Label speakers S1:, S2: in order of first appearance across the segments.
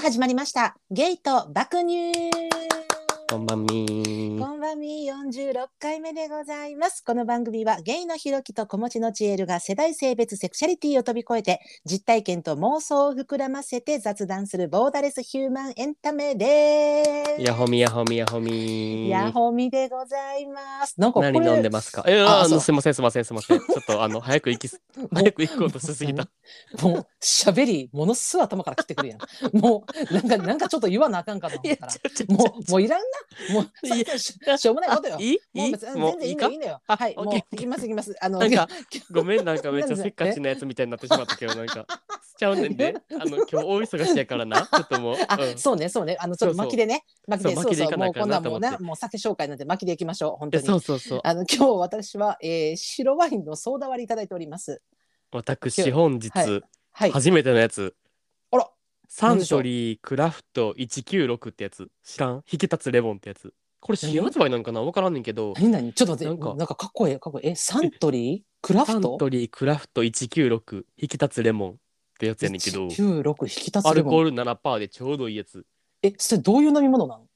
S1: 始まりました。ゲイと爆乳。
S2: こんばんみー。
S1: こんばんみ46回目でございます。この番組はゲイのひろきと子持ちのちえるが世代性別セクシャリティを飛び越えて実体験と妄想を膨らませて雑談するボーダレスヒューマンエンタメです。
S2: やほみやほみやほみー。
S1: やほみでございます。なんかこれ
S2: 何飲んでますかいや
S1: あ
S2: あ
S1: そう
S2: のすいませんすいませんすいません。ちょっとあの早く行 きす早く行こうとしすぎた。
S1: もう喋りものすごい頭から切ってくるやん。 もうなんかなんかちょっと言わなあかんかと
S2: い
S1: 思
S2: や
S1: っ
S2: ち
S1: たら。
S2: ょちょちょ
S1: もうもういらんな。もう
S2: いや
S1: しょしょうもないことよ
S2: あ。いい
S1: も
S2: いうい
S1: 別に
S2: も
S1: 全
S2: う
S1: 然
S2: い
S1: いい
S2: い
S1: の
S2: か
S1: よいいのよ。
S2: あ
S1: はい、
S2: オッ
S1: もう
S2: ケー
S1: 行きます行きます。あの
S2: なん かご
S1: ん。
S2: めんなんかめっちゃせっかちなやつみたいになってしまったけどなん かしちゃうねんであの今日大忙しやからなちょっともう、
S1: あ、
S2: うん
S1: そうねそうね。あのちょっ
S2: そう
S1: と
S2: そう
S1: 巻きでね巻きで
S2: そ
S1: そう
S2: 巻
S1: う
S2: きで
S1: そ
S2: 行か
S1: うも
S2: な
S1: う
S2: い
S1: こ
S2: か
S1: んな
S2: なんと
S1: も
S2: 思
S1: う
S2: って
S1: なもう酒紹介なんで巻きで行きましょう本当
S2: え
S1: に。
S2: そうそうそう
S1: あの今日私は、えー、白ワインのソーダ割りいただいております。
S2: 私本日、
S1: はいはい。
S2: 初めてのやつ
S1: あら
S2: サントリークラフト196ってやつ知らん引き立つレモンってやつこれ新発売なんかな分からんねんけど
S1: 何何ちょっと待って
S2: なんか
S1: なんかかっこいいかっこいいえサントリークラ
S2: サ
S1: フ
S2: ン
S1: ト
S2: トリークラフト196引き立つレモンってやつやねんけど
S1: 96引き立つ
S2: ア
S1: レ
S2: ルコ
S1: モ
S2: ー
S1: ン
S2: ル7%でちょうどいいやつ
S1: えそれどういう飲み物なの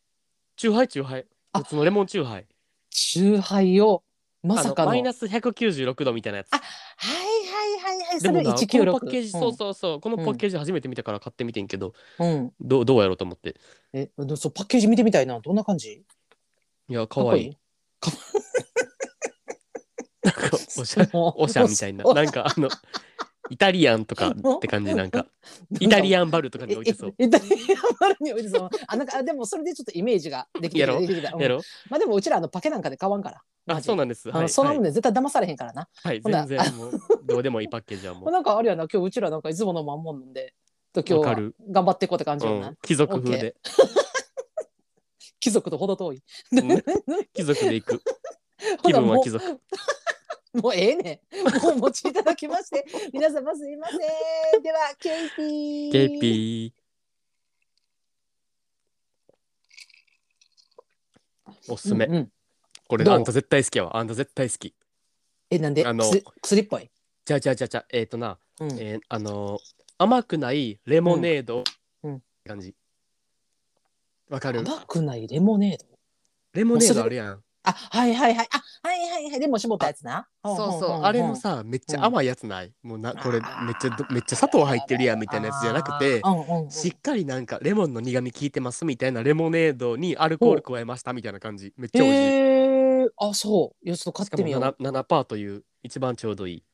S2: チューハイチューハイ
S1: あ
S2: 普通のレモンチューハイ
S1: チューハイをまさか
S2: あ
S1: の
S2: マイナス196度みたいなやつ
S1: あはいはいはいはい
S2: で
S1: それ
S2: もなこの
S1: 196
S2: パッケージ、そうそうそうこのパッケージ初めて見たから買ってみてんけど、
S1: うん、うん、
S2: どうどうやろうと思って
S1: えでもそうパッケージ見てみたいなどんな感じ
S2: いや
S1: か
S2: 可
S1: っこ
S2: 愛いいなんかお しゃれ
S1: もう
S2: おしゃみたいななんかあのイタリアンとかって感じなんかイタリ
S1: ア
S2: アンバルとかに置いてそう
S1: イタリアンバルに置いてそうあなんかあでもそれでちょっとイメージができてき
S2: や
S1: た
S2: ろ
S1: できてきたうん
S2: やろ
S1: まあでもうちらあのパケなんかで買わんから
S2: あ
S1: マジ
S2: そうなんです
S1: あ
S2: は
S1: の
S2: い
S1: そんなもん
S2: は、
S1: ね絶対騙されへんからないほ
S2: はい、
S1: な
S2: 全然 もうどうでもいいパッケージはもう
S1: まあなんかあれやな今日うちらなんかいつものまんもんなんで今日
S2: わ
S1: は
S2: かる
S1: 頑張っていこうって感じよな、
S2: うん、貴族風で、
S1: 貴族と ほど遠い
S2: うん貴族で行 く気分は貴族
S1: もうもうええねんもうお持ちいただきまして皆様すいませんではケイピー
S2: ケイピーおすすめ、
S1: うんうん
S2: これ
S1: どう
S2: あんた絶対好きやわあんた絶対好き
S1: えなんで
S2: あの
S1: 薬薬っぽい、
S2: じゃじゃじゃじゃえっ、ー、とな、
S1: うん
S2: えーあのー甘くないレモネード、
S1: うんうん
S2: 感じわかる
S1: 甘くないレモネード
S2: レモネー
S1: もうそれ
S2: ドあるやん
S1: あはいはいはいあはいはいはいレモン絞ったやつな
S2: そうそう、
S1: んんんん
S2: あれのさ、めっちゃ甘いやつない、もうな、これ、めっちゃど、めっちゃ砂糖入ってるやんみたいなやつじゃなくて
S1: あ。ーうんうんうん
S2: しっかりなんかレモンの苦味効いてますみたいなレモネードにアルコール加えましたみたいな感じめっちゃ美味しい、
S1: えー、あそういやちょっと買
S2: し
S1: っ
S2: か
S1: て
S2: も
S1: みよう
S2: 7, 7パーという一番ちょうどいい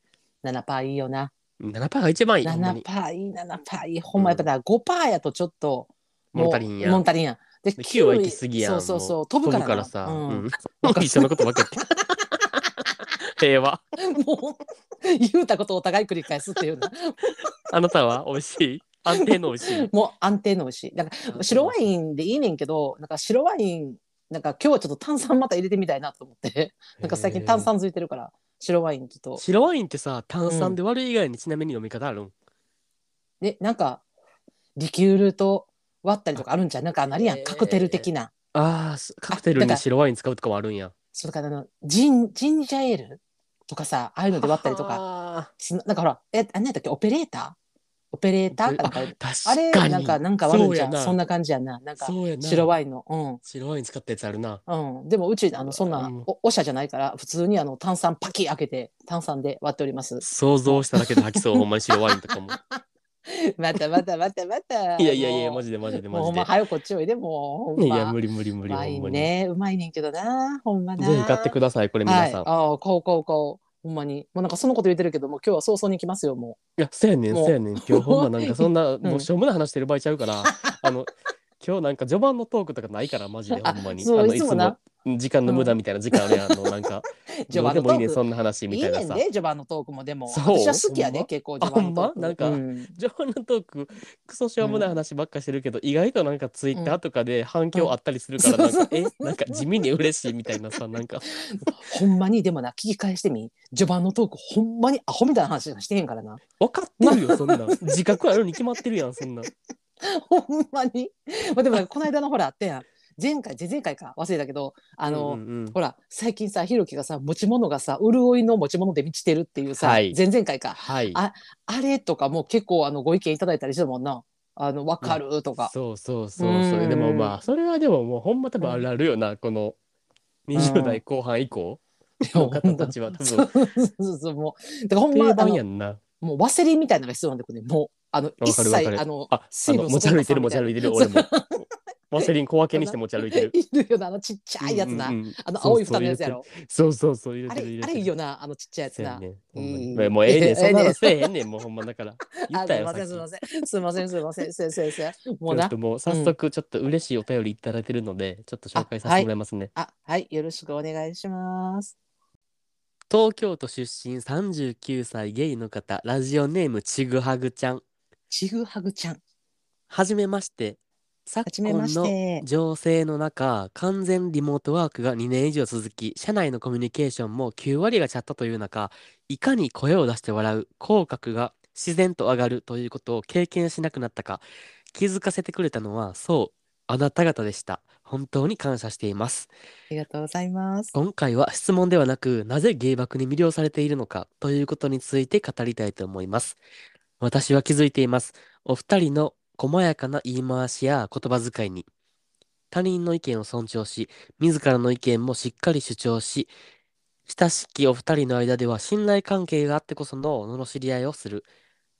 S1: 7パーいいよな
S2: 7パーが一番いいほんま
S1: 7
S2: に
S1: パーいい7パーいいほんまやっぱな5パーやとちょっと
S2: モンタリンや
S1: モンタリンやんで
S2: で
S1: キウイ
S2: 9は行き過ぎやん
S1: そうそうそう飛ぶから
S2: 飛ぶからさ、
S1: うん
S2: う ん
S1: わかる
S2: 一緒のことばっ かり言って平和
S1: もう 言うたことをお互い繰り返すっていうな
S2: あなたは美味しい安定の美味しい
S1: もう安定の美味しいだから白ワインでいいねんけどなんか白ワインなんか今日はちょっと炭酸また入れてみたいなと思ってなんか最近炭酸ついてるから白ワインちょっと
S2: 白ワインってさ炭酸で割る以外にちなみに飲み方あるん、
S1: でなんかリキュールと割ったりとかあるんじゃんなんかあのあるやん
S2: えー
S1: カクテル的な
S2: ああ、すカクテル
S1: だか
S2: に
S1: ら
S2: 白ワイン使うとかもあるんや。
S1: それからあのジンジンジャーエールとかさああいうので割ったりとか
S2: か。
S1: すなんかほらえ何やったっけオペレーターオペレーターかなんか
S2: 確かに。
S1: あれなんかなんか割るんじゃん
S2: そう
S1: そ
S2: やなん
S1: な感じやんななんか
S2: そうやな。
S1: 白
S2: 白ワイン。
S1: ワインのうん
S2: 使ったやつあるな。
S1: うん、でもうちあのそんな
S2: うん
S1: おおしゃじゃないから普通にあの炭酸パキ開けて炭酸で割っております。
S2: 想像しただけで吐きそう、ほんまに白ワインとかも。
S1: またまたまたまた。
S2: いやいやいや、
S1: もう
S2: マジでマジで
S1: もう
S2: マ
S1: ほん
S2: ジ
S1: ま
S2: で。
S1: 早くこっちおいでもうほ
S2: い
S1: んま。
S2: や、無理無理無理、
S1: ワ
S2: ほ
S1: イ
S2: んま
S1: ン
S2: に。ぜ
S1: ねうまいねんけどなほんまな。
S2: ひ買ってください、これ
S1: は
S2: 皆
S1: い。
S2: さん。
S1: ああ買おう買おう買おう。ほんまにもうなんかそのこと言ってるけどもう今日は早々に来ますよも
S2: いや、そうやねん、
S1: もう
S2: そうやねん。今日ほんまなんかそんな、
S1: う
S2: も
S1: ん
S2: うしょうもない話してる場合ちゃうから、あの、今日なんか序盤のトークとかないから、マジでほんまに。
S1: あそう
S2: あの
S1: いつもな
S2: 時間の無駄みたいな時間あるやん、あの、なん か、
S1: う。
S2: どうでもいいねん、そ
S1: ク。
S2: んな話
S1: い
S2: み
S1: い
S2: たいな
S1: ねん
S2: さ
S1: で。序盤のトークもでも
S2: そう
S1: 私は好きや
S2: ほん
S1: で
S2: ま
S1: 結構序盤のトーク。
S2: あほんまなんか
S1: うん
S2: ジョーナトーククソしょうもない話ばっかしてるけど、意外となんかツイッターとかで反響あったりするから、
S1: う
S2: なん
S1: ん
S2: か、
S1: うん
S2: えなんか地味に嬉しいみたいなさなんか
S1: ほんまにでもな聞き返してみ序盤のトークほんまにアホみたいな話しかしてへんからな。
S2: 分かってるよそんなん自覚あるに決まってるやんそんなん
S1: ほんまに。まあ、でもなんかこの間のほらあったやん。前回前々回か忘れたけどあ
S2: うんう
S1: の、
S2: んうん
S1: ほら最近さひろきがさ持ち物がさ潤いの持ち物で満ちてるっていうさ、
S2: はい
S1: 前々回か
S2: はい
S1: あれとかも結構あのご意見いただいたりしてたもんな。あの、わかる とか。
S2: そうそうそうそう
S1: うん
S2: でもまあそれはでももうほんま多分あるあるよな、この20代後半以降の方たちは多
S1: そう
S2: 分
S1: そうそう、もう。だからほんま、
S2: 定
S1: あ
S2: 番
S1: の
S2: や、んな
S1: もうワセリンみたいなのが必要なんだけどね、もう、あの、
S2: る
S1: 一
S2: わか
S1: 切、
S2: る
S1: あの、
S2: ああ
S1: 水
S2: の
S1: 分
S2: 持ち歩いてる持ち
S1: い
S2: 歩いてる俺も ワセリン小分けにして持ち歩いてる
S1: いるよな、あのちっちゃいやつな。
S2: うんうんうん
S1: あの、青い蓋のやつやろ。
S2: そうそうそう入れ
S1: あ
S2: てる
S1: れ、
S2: 入れて
S1: あれ
S2: る
S1: いいよな、あのちっちゃいやつ
S2: そうや
S1: な。
S2: ね
S1: う
S2: ほ
S1: ん
S2: んまにもうもうええ ねんそんなのせえへんねんもうほんまだから言ったよ
S1: あ
S2: さっき
S1: すいません、すいません、すいません、すいません、すいませんすいません。
S2: ち
S1: もう
S2: ょ
S1: な
S2: っと。もう早速ちょっと嬉しいお便りいただいてるので、ちょっと紹介させてもらいますね、
S1: あ、はい、よろしくお願いします。
S2: 東京都出身39歳ゲイの方ラジオネームちぐはぐちゃん
S1: ちぐはぐちゃん。は
S2: はじめまして昨
S1: じめま
S2: 今
S1: し
S2: の
S1: て。
S2: 情勢の中完全リモートワークが2年以上続き社内のコミュニケーションも9割がチャットという中いかに声を出して笑う口角が自然と上がるということを経験しなくなったか気づかせてくれたのはそうあなた方でした本当に感謝しています
S1: ありがとうございます。
S2: 今回は質問ではなく、なぜ芸爆に魅了されているのかということについて語りたいと思います。私は気づいています。お二人の細やかな言い回しや言葉遣いに、他人の意見を尊重し、自らの意見もしっかり主張し、親しきお二人の間では信頼関係があってこその罵り合いをする。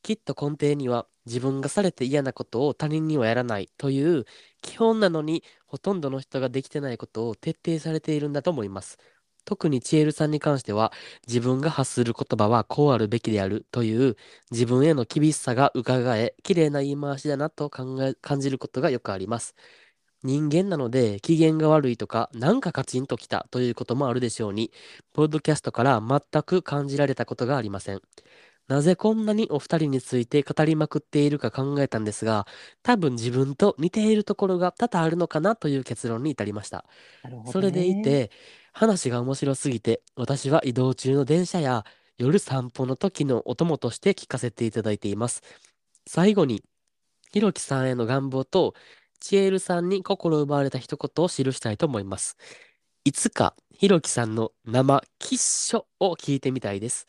S2: きっと根底には自分がされて嫌なことを他人にはやらないという基本なのにほとんどの人ができてないことを徹底されているんだと思います。特にチエルさんに関しては自分が発する言葉はこうあるべきであるという自分への厳しさが伺え綺麗な言い回しだなと考え感じることがよくあります。人間なので機嫌が悪いとかなんかカチンときたということもあるでしょうにポッドキャストから全く感じられたことがありません。なぜこんなにお二人について語りまくっているか考えたんですが、多分自分と似ているところが多々あるのかなという結論に至りました。
S1: なるほどね
S2: それでい。て、話が面白すぎて、私は移動中の電車や夜散歩の時のお供として聞かせていただいています。最後に、ひろきさんへの願望と、ちえるさんに心奪われた一言を記したいと思います。いつか、ひろきさんの生きっしょを聞いてみたいです。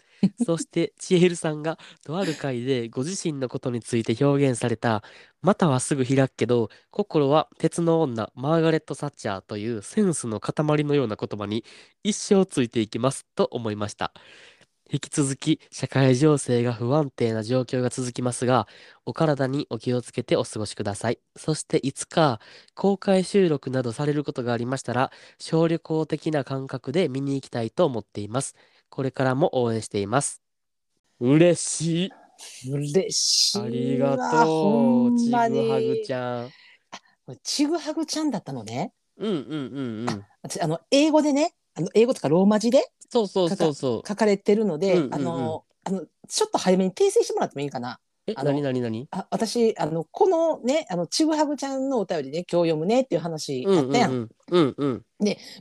S2: そして、ちえるさんが、とある回でご自身のことについて表現された、またはすぐ開くけど、心は鉄の女マーガレット・サッチャーというセンスの塊のような言葉に一生ついていきますと思いました。引き続き社会情勢が不安定な状況が続きますが、お体にお気をつけてお過ごしください。そしていつか公開収録などされることがありましたら、小旅行的な感覚で見に行きたいと思っています。これからも応援しています。嬉しい。
S1: 嬉しいわ。
S2: ありがと
S1: ほ
S2: う。
S1: ん
S2: ちぐ
S1: ま
S2: は
S1: に
S2: ぐちゃん。
S1: これちぐはぐちゃんだったのね。
S2: うんうんうんうん。
S1: 私、あの、英語でね、あの、英語とかローマ字で
S2: そうそうそうそう。
S1: 書かれてるので、
S2: うんうんうん
S1: あの、あの、ちょっと早めに訂正してもらってもいいかな。
S2: え、
S1: あ
S2: な
S1: の
S2: になになに
S1: あ私あのこのねあのちぐはぐちゃんのお便りね今日読むねっていう話
S2: う
S1: あ
S2: ん
S1: っ
S2: う
S1: た
S2: ん
S1: やん,、
S2: うん。うんうん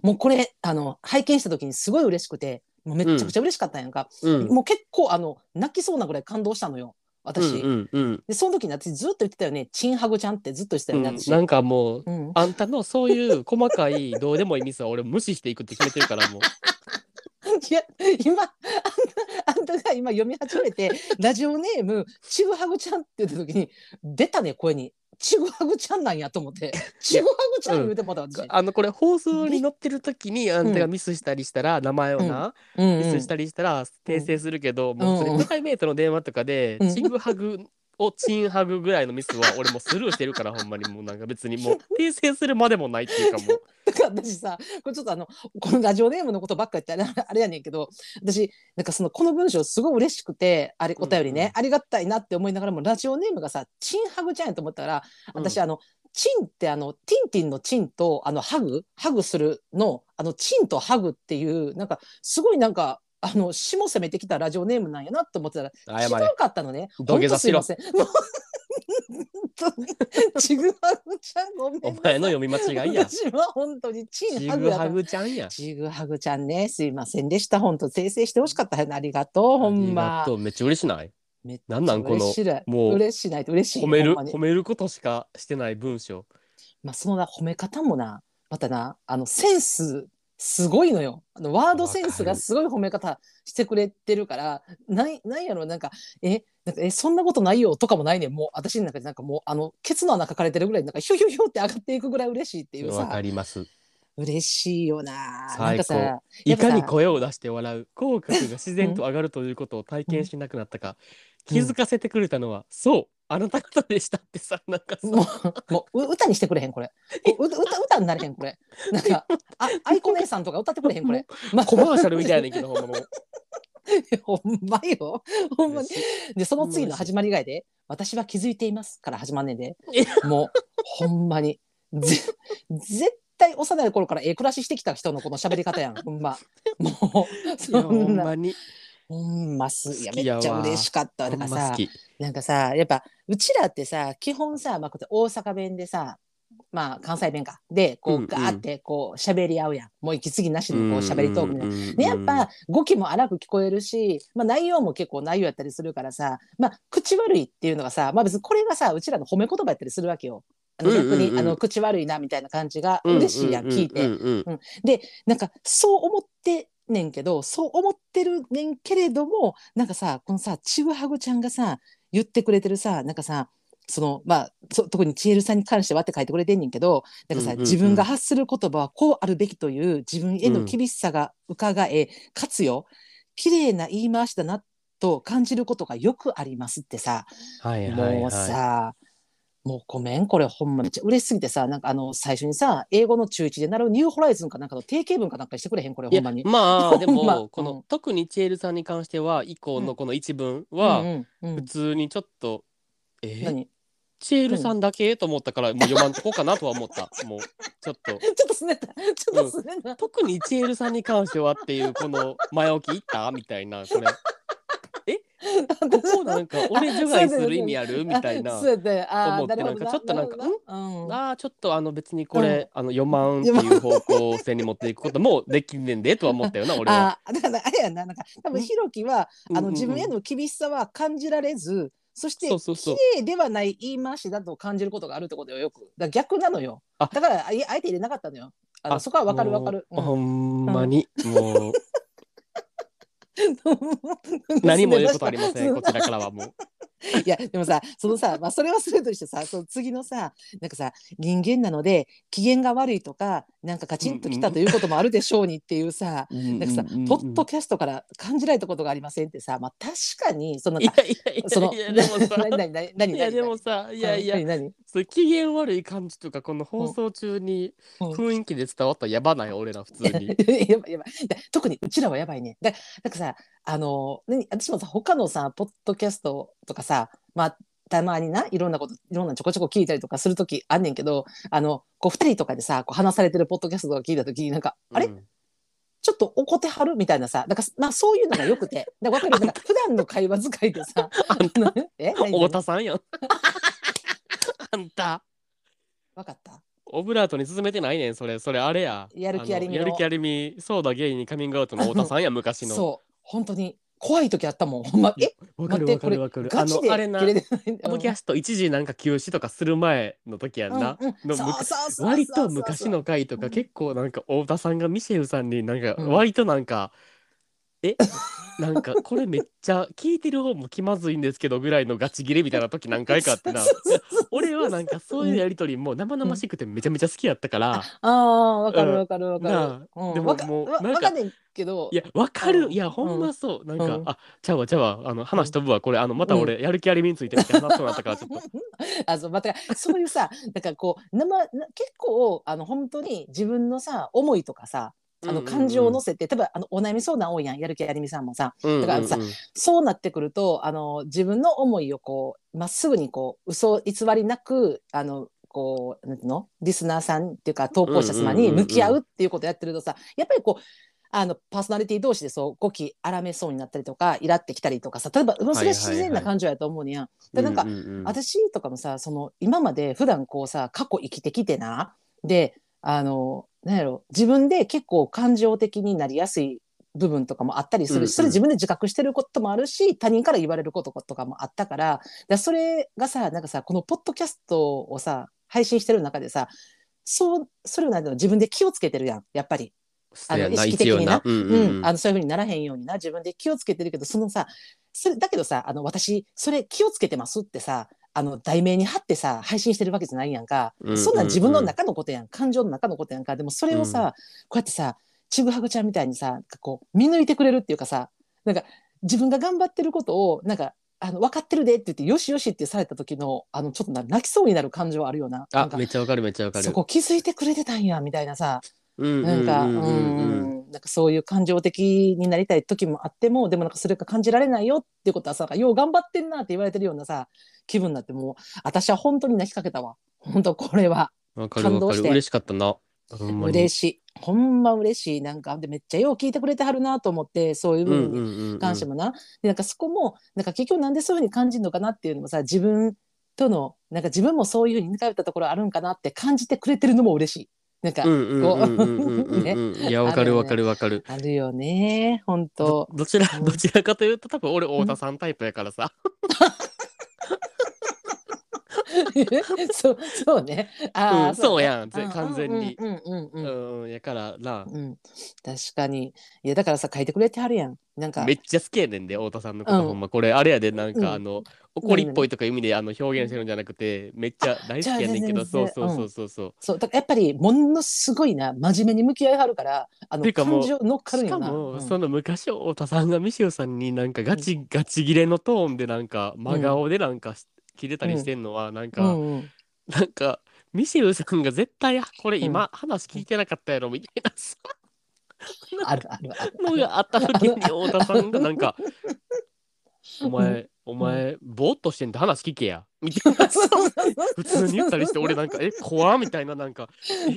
S1: もうこれあの拝見した時にすごい嬉しくてもうめっちゃくちゃ嬉しかったんやんか、
S2: うん。
S1: もう結構あの泣きそうなぐらい感動したのよ私、
S2: うんうんうん
S1: でその時に私ずっと言ってたよね「ちんはぐちゃん」ってずっと言ってた
S2: う
S1: よ
S2: ん
S1: ね、私
S2: なんかもう、
S1: うん
S2: あんたのそういう細かいどうでもいいミスは俺無視していくって決めてるから もう。
S1: いや今あん たあんたが今読み始めてラジオネーム「ちぐはぐちゃん」って言った時に出たね声に「ちぐはぐちゃん」なんやと思って「ちぐはぐちゃん」言うてもらった私。
S2: あのこれ放送に載ってる時にあんたがミスしたりしたら名前をな、
S1: うんうん
S2: ミスしたりしたら訂正するけど、もうそれ
S1: うんうん
S2: プライベートの電話とかで
S1: うん
S2: チグハグをチンハグぐらいのミスは俺もうスルーしてるからほんまにもうなんか別にもう訂正するまでもないっていうかもう。
S1: だから私さこれちょっとあのこのラジオネームのことばっかり言って あれあれやねんけど私なんかそのこの文章すごい嬉しくてあれお便りね、
S2: うんうん
S1: ありがたいなって思いながらもラジオネームがさ「チンハグちゃん」やと思ったら私、
S2: うん
S1: あの「チン」ってあのティンティンの「チン」と「あのハグ」「ハグするの」あの「チン」と「ハグ」っていうなんかすごいなんかあの下攻めてきたラジオネームなんやなと思ってたら
S2: 謝
S1: 違
S2: れ。
S1: うかったのね。
S2: 土下座しろ
S1: ほんとすいません。もう 本当にちぐはぐちゃんごめん
S2: お
S1: なさい
S2: 前の読み間違いや。
S1: 私は本当にチ
S2: ち
S1: ンハグ
S2: ぐ
S1: やか
S2: は
S1: ら
S2: ぐちゃんや。
S1: ちぐはぐちゃんね、すいませんでした。本当訂正してほしかった。ありがとう、ほん
S2: ありが
S1: ま
S2: と。うめっちゃ嬉しない
S1: めっちゃ
S2: なんなんこの
S1: 嬉しい
S2: もう
S1: 嬉しいないと嬉しい。
S2: 褒め
S1: ほ
S2: る
S1: んまに
S2: 褒めることしかしてない文章。
S1: まあ、そのな褒め方もな、またな、あのセンス。すごいのよあのワードセンスがすごい褒め方してくれてるからなんなんやろなんかえなんかえそんなことないよとかもないねんもう私の中でなんかもうあのケツの穴書かれてるぐらいなんかヒュヒュヒュって上がっていくぐらい嬉しいっていう
S2: わか
S1: さ
S2: ります。
S1: 嬉しいよなな
S2: 最
S1: ん
S2: 高
S1: かさや
S2: い
S1: っぱ
S2: か
S1: さ
S2: に声を出して笑う口角が自然と上がるということを体験しなくなったか、気づかせてくれたのは、そうあなた方でしたってさなんかさ
S1: もうもうう歌にしてくれへんこれうう歌歌になれへんこれなんかあ愛子姉さんとか歌ってくれへんこれ、まあ
S2: コマーシャルみたいやねんけどほんまもう
S1: ほんまよほんまに
S2: 嬉しい
S1: でその次の始まり以外で「私は気づいています」から始まんねんで
S2: え
S1: もうほんまにぜ絶対幼い頃からええ暮らししてきた人のこの喋り方やんほんまもう
S2: いや
S1: そ
S2: ほん
S1: んな
S2: まに
S1: ほんますいや
S2: 好
S1: めっ
S2: きやわ
S1: ちゃ嬉しかった
S2: ほ
S1: だ
S2: ん
S1: か
S2: ま
S1: らさ
S2: 好き
S1: なんかさやっぱうちらってさ基本さ、まあ、こうやって大阪弁でさまあ関西弁かでこ
S2: うんう
S1: うんガーってこう喋り合うやん、もう息継ぎなしでこう喋りトークみたいな
S2: ね
S1: でやっぱ語気も荒く聞こえるし、まあ、内容も結構内容やったりするからさ、まあ、口悪いっていうのがさ、まあ、別にこれがさうちらの褒め言葉やったりするわけよ。あの
S2: うんうん
S1: 逆
S2: うん
S1: に、あの口悪いなみたいな感じが嬉しいやん、聞いて、なんかそう思ってねんけどそう思ってるねんけれどもなんかさこのさちぐはぐちゃんがさ言ってくれてるさなんかさそのまあそ特にちえるさんに関してはって書いてくれてんねんけどなんかさ、
S2: うんうんうん
S1: 自分が発する言葉はこうあるべきという自分への厳しさが伺え、かつよ綺麗な言い回しだなと感じることがよくありますってさ、
S2: はいはいはい
S1: もうさ、もうごめん、これほんまめっちゃ嬉しすぎてさ、なんかあの最初にさ、英語の中1で習うニューホライズンかなんかの定型文かなんかにしてくれへん、これ
S2: い
S1: ほ
S2: や
S1: んまに。
S2: ま あで
S1: ほんま
S2: もこ
S1: う
S2: の
S1: ん
S2: 特にチエルさんに関しては以降のこの一文
S1: う
S2: は
S1: んうんう
S2: 普
S1: ん、
S2: 通にちょっとえー
S1: 何
S2: チエルさんだけと思ったからもう読まんとこうかなとは思ったもうちょっ と
S1: ちょっとすねた、ちょっとすねた。
S2: 特にチエルさんに関してはっていうこの前置きいったみたいなこれここなんか俺除外する意味あるみたいな
S1: そうやって、あ
S2: 思
S1: あ、
S2: って
S1: なる
S2: な
S1: ほど
S2: んかちょっとなんか
S1: るほどなうん
S2: あーちょっとあの別にこれ、あの読まんっていう方向性に持っていくこともできんねんでとは思ったよな俺は。
S1: あーだからあれやななんか多分
S2: うん
S1: ひろきはあ
S2: うんうんう
S1: の
S2: ん
S1: 自分への厳しさは感じられずそして
S2: そうそうそう
S1: 綺麗ではない言い回しだと感じることがあるってことよよくだから逆なのよ
S2: あ
S1: だからあいあえて入れなかったのよあの
S2: あ
S1: そこはわかるわかる、
S2: もう
S1: うん
S2: ほんまに、 もう何も言うことありませんこちらからはもう。
S1: いやでもさそのさ、まあ、それはそれとしてさその次のさなんかさ人間なので機嫌が悪いとかなんかカチンときたということもあるでしょうにっていうさ、なんかさ、ポッドキャストから感じられたことがありませんってさ、まあ、確かにその
S2: い
S1: なんか
S2: やいやい
S1: その
S2: やいやでもさ
S1: 何何何何
S2: いやでも
S1: さ
S2: さいやいや
S1: 何何
S2: そう機嫌悪い感じとかこの放送中に
S1: うん
S2: 雰囲気で伝わったらやばない俺ら普通に。
S1: やばいやばいだ特にうちらはやばいねだだからさあの何私もさ他のさポッドキャストとかさまあたまにないろんなこといろんなちょこちょこ聞いたりとかする時あんねんけどあのこう二人とかでさこう話されてるポッドキャストとか聞いた時になんか、あれ
S2: うん
S1: ちょっと怒ってはるみたいなさだからまあそういうのがよくてだから分 かるなんか普段の会話遣いでさあのえ何
S2: 太
S1: 分
S2: 田さんや ん。あんた
S1: かった
S2: オブラートに進めてないねんそれそれあれや。
S1: やる気ありみ
S2: あ
S1: の
S2: のやる気ありみそうだゲイにカミングアウトの太田さんや昔の。
S1: そう本当に怖い時あったもんほんまえ
S2: わかる
S1: 待
S2: わ
S1: って
S2: かるわかる。
S1: ガ
S2: あ
S1: チ
S2: の
S1: で
S2: あれな
S1: 切
S2: ポ
S1: れてないんだ
S2: ッドキャスト一時なんか休止とかする前の時やんな。
S1: うんうん
S2: の
S1: そうそうそうそう
S2: 割と昔の回と
S1: う
S2: か
S1: ん
S2: 結構なんか太田さんがミシェルさんになんか
S1: うん
S2: 割となんか、え なんかこれめっちゃ聞いてる方も気まずいんですけどぐらいのガチギレみたいな時何回かあって な俺はなんかそういうやりとりも生々しくてめちゃめちゃ好きやったから、
S1: ああ、わかるわかるわかる。
S2: なあ
S1: うん
S2: でも
S1: わか
S2: もう
S1: わ
S2: なんか
S1: わかんねんけど。
S2: いやわかる、
S1: うん
S2: いやほんまそう、なんか、
S1: うん
S2: あちゃうわちゃうわあの話飛ぶわこれあのまた俺やる気ありみについてめっちゃ話そうなったからちょっと
S1: あそうまたそういうさ だからこう生な結構あの本当に自分のさ思いとかさあの感情を乗せて、例えばあのお悩み相談多いやんやる気ありみさんもさ
S2: せ
S1: だからさそうなってくるとあの自分の思いをこうまっすぐにこう嘘偽りなくあのこうなんていうのリスナーさんっていうか投稿者様に向き合うっていうことをやってるとさ、やっぱりこうあのパーソナリティ同士でそう語気荒めそうになったりとかイラってきたりとかさ例えばうんそれは自然な感情やと思うねやん。でなんか
S2: うううん
S1: 私とかもさその今まで普段こうさ過去生きてきてなであのなんやろ自分で結構感情的になりやすい部分とかもあったりす
S2: う
S1: るし、
S2: んうん
S1: それ自分で自覚してることもあるし他人から言われることとかもあったからでそれがさなんかさこのポッドキャストをさ配信してる中でさそうそれをなんていうの自分で気をつけてるやんやっぱり。
S2: そうや
S1: あの
S2: な
S1: 意識的
S2: 一応
S1: にな
S2: な。うんう
S1: う
S2: んんうん
S1: あのそういうふうにならへんようにな自分で気をつけてるけどそのさそれだけどさあの私それ気をつけてますってさあの題名に貼ってさ配信してるわけじゃないやんか、
S2: うんうんうん
S1: そんなん自分の中のことやん感情の中のことやんかでもそれをさ、
S2: うん
S1: こうやってさちぐはぐちゃんみたいにさなんかこう見抜いてくれるっていうかさなんか自分が頑張ってることをなんかあの分かってるでって言ってよしよしってされた時のあのちょっとな泣きそうになる感情あるよななん
S2: あ
S1: か
S2: めっちゃわかるめっちゃわかる。
S1: そこ気づいてくれてたんやみたいなさ
S2: うんう
S1: なんん
S2: か
S1: か、
S2: う
S1: うんん
S2: うん
S1: なんかそういう感情的になりたい時もあっても、でもなんかそれが感じられないよっていうことはさ、よう頑張ってんなって言われてるようなさ、気分になってもう、私は本当に泣きかけたわ。本当これは。
S2: うん。わかるわ
S1: 感動
S2: かる。
S1: して
S2: 嬉しかったな。ほんまに。
S1: 嬉しい。ほんま嬉しい。なんか、でめっちゃよう聞いてくれてはるなと思って、そうい
S2: う
S1: う部
S2: ん
S1: 分
S2: う
S1: に
S2: んうんうん。
S1: 関してもな。で、なんかそこも、なんか結局なんでそういうふうに感じるのかなっていうのもさ、自分との、なんか自分もそういうふうに似通ったところあるんかなって感じてくれてるのも嬉しい。なんか、
S2: うんうんうんうんうんうんうん。 いやわかるわかるわかる。
S1: あるよね。本当。
S2: どどちら
S1: うん
S2: どちらかというと多分俺太田さんタイプやからさ。
S1: そうそうね。ああ、
S2: うんそう
S1: ね
S2: やんぜ完全に。
S1: うんうんう
S2: うん
S1: うん
S2: んうんやからな
S1: うん。うん確かに。いやだからさ書いてくれてはるやん。なんか
S2: めっちゃ好きやねんで太田さんのこと
S1: うん
S2: ほんまこれあれやでなん
S1: うん
S2: かあの怒りっぽいとかいう意味であの表現してるんじゃなくてめっちゃ大好きやねんけど
S1: じゃ
S2: そ
S1: あ
S2: うそう
S1: 全然
S2: そうそうそう。
S1: そうだからやっぱりものすごいな真面目に向き合いはるからあ
S2: てい
S1: の
S2: うかも
S1: 感
S2: う
S1: 情乗っかるん
S2: し
S1: よ
S2: か
S1: な。
S2: も、
S1: うん
S2: その昔太田さんがミシオさんになんかガチ、ガチギレのトーンでなんか真顔でなんかし切れたりしてんのはなんか、
S1: うんうん
S2: なんかミシェルさんが絶対これ今話聞いてなかったやろみたいなさ
S1: あるある ある。
S2: のがあった時に太田さんがなん か「お前お前ぼーっとしてんで話聞けや」みたいなさ普通に言ったりして俺なんか「え怖っ」みたいななんか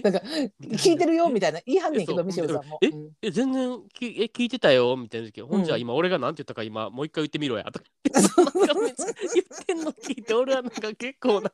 S1: なんか聞いてるよみたいな言いはんねんけ
S2: そ
S1: ど
S2: う
S1: ミシェルさんも。うん
S2: 「え全然きえ聞いてたよ」みたいな時「ほんじゃ
S1: うん
S2: 今俺がなんて言ったか今もう一回言ってみろや」 とか 言ってなんかめっちゃ言ってんの聞いて俺はなんか結構なんか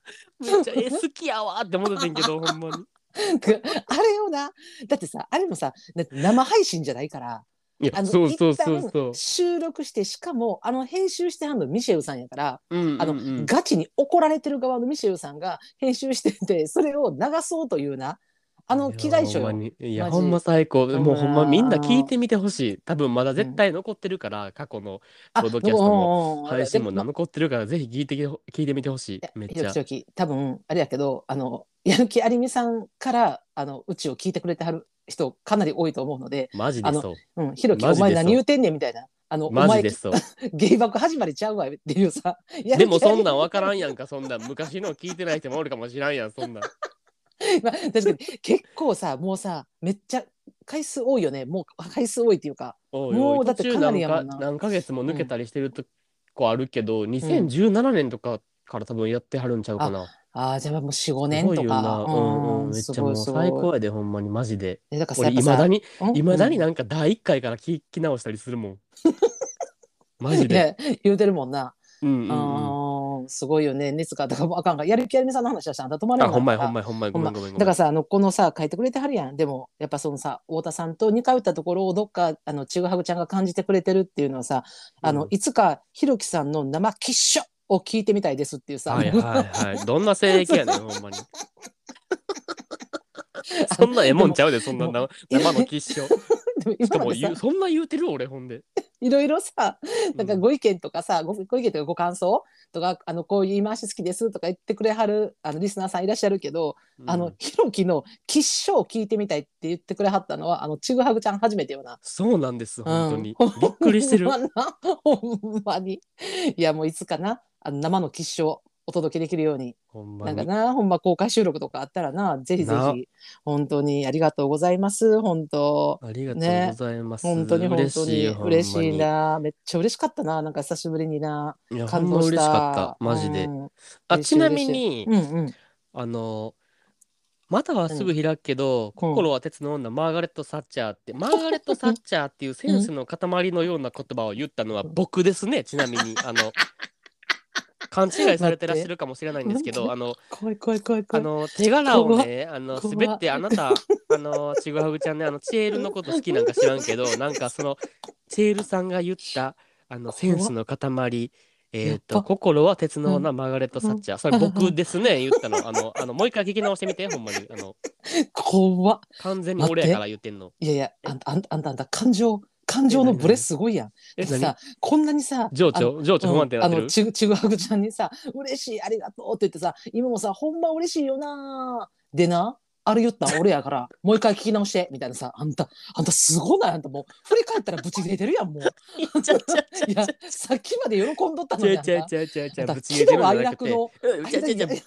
S2: めっちゃ「え好きやわ」って思っててんけ どほんまに。
S1: なんかあれよなだってさあれもさだって生配信じゃないから。
S2: いや
S1: あの
S2: そうそうそうそう
S1: 一旦。収録してしかもあの編集してはんのミシェルさんやから、
S2: あ
S1: あのガチに怒られてる側のミシェルさんが編集しててそれを流そうというなあの機材書
S2: いやほ
S1: よ
S2: んまにいや
S1: マジ
S2: ほんま最高
S1: ほんま
S2: もうほんまみんな聞いてみてほしい多分まだ絶対残ってるから、過去の
S1: あ
S2: ポッドキャスト
S1: も
S2: 配信も
S1: でも
S2: 残ってるからぜひ聞いてきほ聞いてみてほしい
S1: いや
S2: めっ
S1: ひ
S2: ち
S1: ろ
S2: ゃ
S1: きひろき多分あれやけどあのやる気ありみさんからあのうちを聞いてくれてはる人かなり多いと思うので、
S2: マジでそう
S1: うん、ひろき
S2: マ
S1: お
S2: ジでそう
S1: 前何言うてんねんみたいな。あのお
S2: マジ
S1: 前
S2: でそう
S1: 芸爆始まりちゃうわっていうさ やる気
S2: でもそんなん
S1: ありみ
S2: 分からんやんかそんなん昔の聞いてない人もおるかもしらんやんそんなん
S1: まあ、確かに結構さもうさめっちゃ回数多いよねもう回数多いっていうか
S2: おいおい
S1: もうだって
S2: 途中
S1: かなりやもん
S2: 何
S1: な
S2: か何ヶ月も抜けたりしてるとこあるけど、2017年とかから多分やってはるんちゃうかな
S1: ああじゃあもう45
S2: す
S1: 年
S2: ごい
S1: と
S2: よな
S1: か
S2: うんうんめっ
S1: す
S2: ちゃ
S1: ご
S2: も
S1: いうす
S2: 最
S1: ご
S2: 高
S1: い
S2: やでほんまにマジで
S1: えだからさ
S2: 俺いまだにいまだに
S1: な
S2: なんか第1回から聞き直したりする もん。マジで。
S1: ね言うてるもんな、
S2: うん
S1: う
S2: うんうん、
S1: んすごいよね熱がだからもうあかんがやる気ありみさんの話はしたら止まら
S2: あ
S1: ん
S2: ほんまや
S1: から
S2: ほんまやほんまやご
S1: ほ
S2: め
S1: んま
S2: んごめんごめん。
S1: だからさあのこのさ書いてくれてはるやんでもやっぱそのさ太田さんと似通ったところをどっかあのちぐはぐちゃんが感じてくれてるっていうのはさ、あ
S2: うん
S1: のいつかひろきさんの生きっしょを聞いてみたいですっていうさ、
S2: はいはいはい。どんな性癖やねんほんまに。
S1: あの
S2: そんなええもんちゃうでそんな
S1: で
S2: 生
S1: も
S2: 生の吉祥。
S1: でも
S2: しか
S1: 今ま
S2: も
S1: でさ
S2: 言うそんな言うてる俺ほんで。
S1: いろいろさ なんか
S2: うん
S1: ご意見とかさ、ごご意見とかご感想とかあのこういう言い回し好きですとか言ってくれはるあのリスナーさんいらっしゃるけど、あ
S2: う
S1: の
S2: ん
S1: ひろきの「吉祥」を聞いてみたいって言ってくれはったのはあのちぐはぐちゃん初めてよな。
S2: そうなんです本当 に、
S1: うん
S2: びっくりしてる
S1: ほ。んまなほんまに。いやもういつかなあの生の吉祥をお届けできるように
S2: ほんま
S1: なんか
S2: に。
S1: なほんま公開収録とかあったらなぜひぜ
S2: な
S1: ひ本当にありがとうございます本当。
S2: ありがとうございます。
S1: 本当に本当に嬉しい
S2: な。
S1: なめっちゃ嬉しかったななんか久しぶりにない
S2: やほん
S1: 感
S2: ま
S1: 動
S2: 嬉
S1: し
S2: したかったマジで。
S1: うん
S2: あ
S1: 嬉しい
S2: ちなみに、
S1: うんうん
S2: あの股はすぐ開くけど、心は鉄の女マーガレット・サッチャーってマーガレット・サッチャーっていうセンスの塊のような言葉を言ったのは
S1: うん
S2: 僕ですねちなみにあの勘違いされてらっしゃるかもしれないんですけどあの
S1: 怖い怖い怖い
S2: あ
S1: 怖い
S2: の手柄をねあの
S1: 怖っ
S2: 滑ってあな たあのちぐはぐちゃんねあのチエルのこと好きなんか知らんけどなんかそのチエルさんが言ったあのセンスの塊えっ
S1: や
S2: と、
S1: っぱ
S2: 心は鉄の女、マーガレット・サッチャー。それ
S1: う
S2: 僕
S1: ん
S2: ですね、言ったの。あの、あの、もう一回聞き直してみ て、ほんまに。あの、
S1: 怖っ。
S2: 完全に俺やから言ってんの。
S1: いやいや、あんた、あんた、あんた、あんた感情、感情のブレすごいやん。
S2: え、
S1: だって
S2: 何
S1: さ、こんなにさ、
S2: 情
S1: あの
S2: 緒情緒不安定になって
S1: うんあ
S2: る
S1: のちぐちぐはぐちゃんにさ「嬉しいありがとう」って言ってさ今もさ「ほんま嬉しいよな」でなあれ言ったん俺やからもう一回聞き直してみたいなさあんたあんたすごないあんたもう振り返ったらブチ切れてるやんもう
S2: ちゃうちゃう
S1: いやさっきまで喜んどったの
S2: ちゃ
S1: に
S2: う
S1: あん
S2: ちゃう
S1: た
S2: ちゃうちゃうちゃ
S1: あ
S2: うん
S1: た
S2: ぶち切
S1: 喜
S2: れてるん
S1: 怒
S2: じゃ
S1: 哀
S2: なく
S1: 楽
S2: て。う
S1: の
S2: んちゃうちゃうちゃう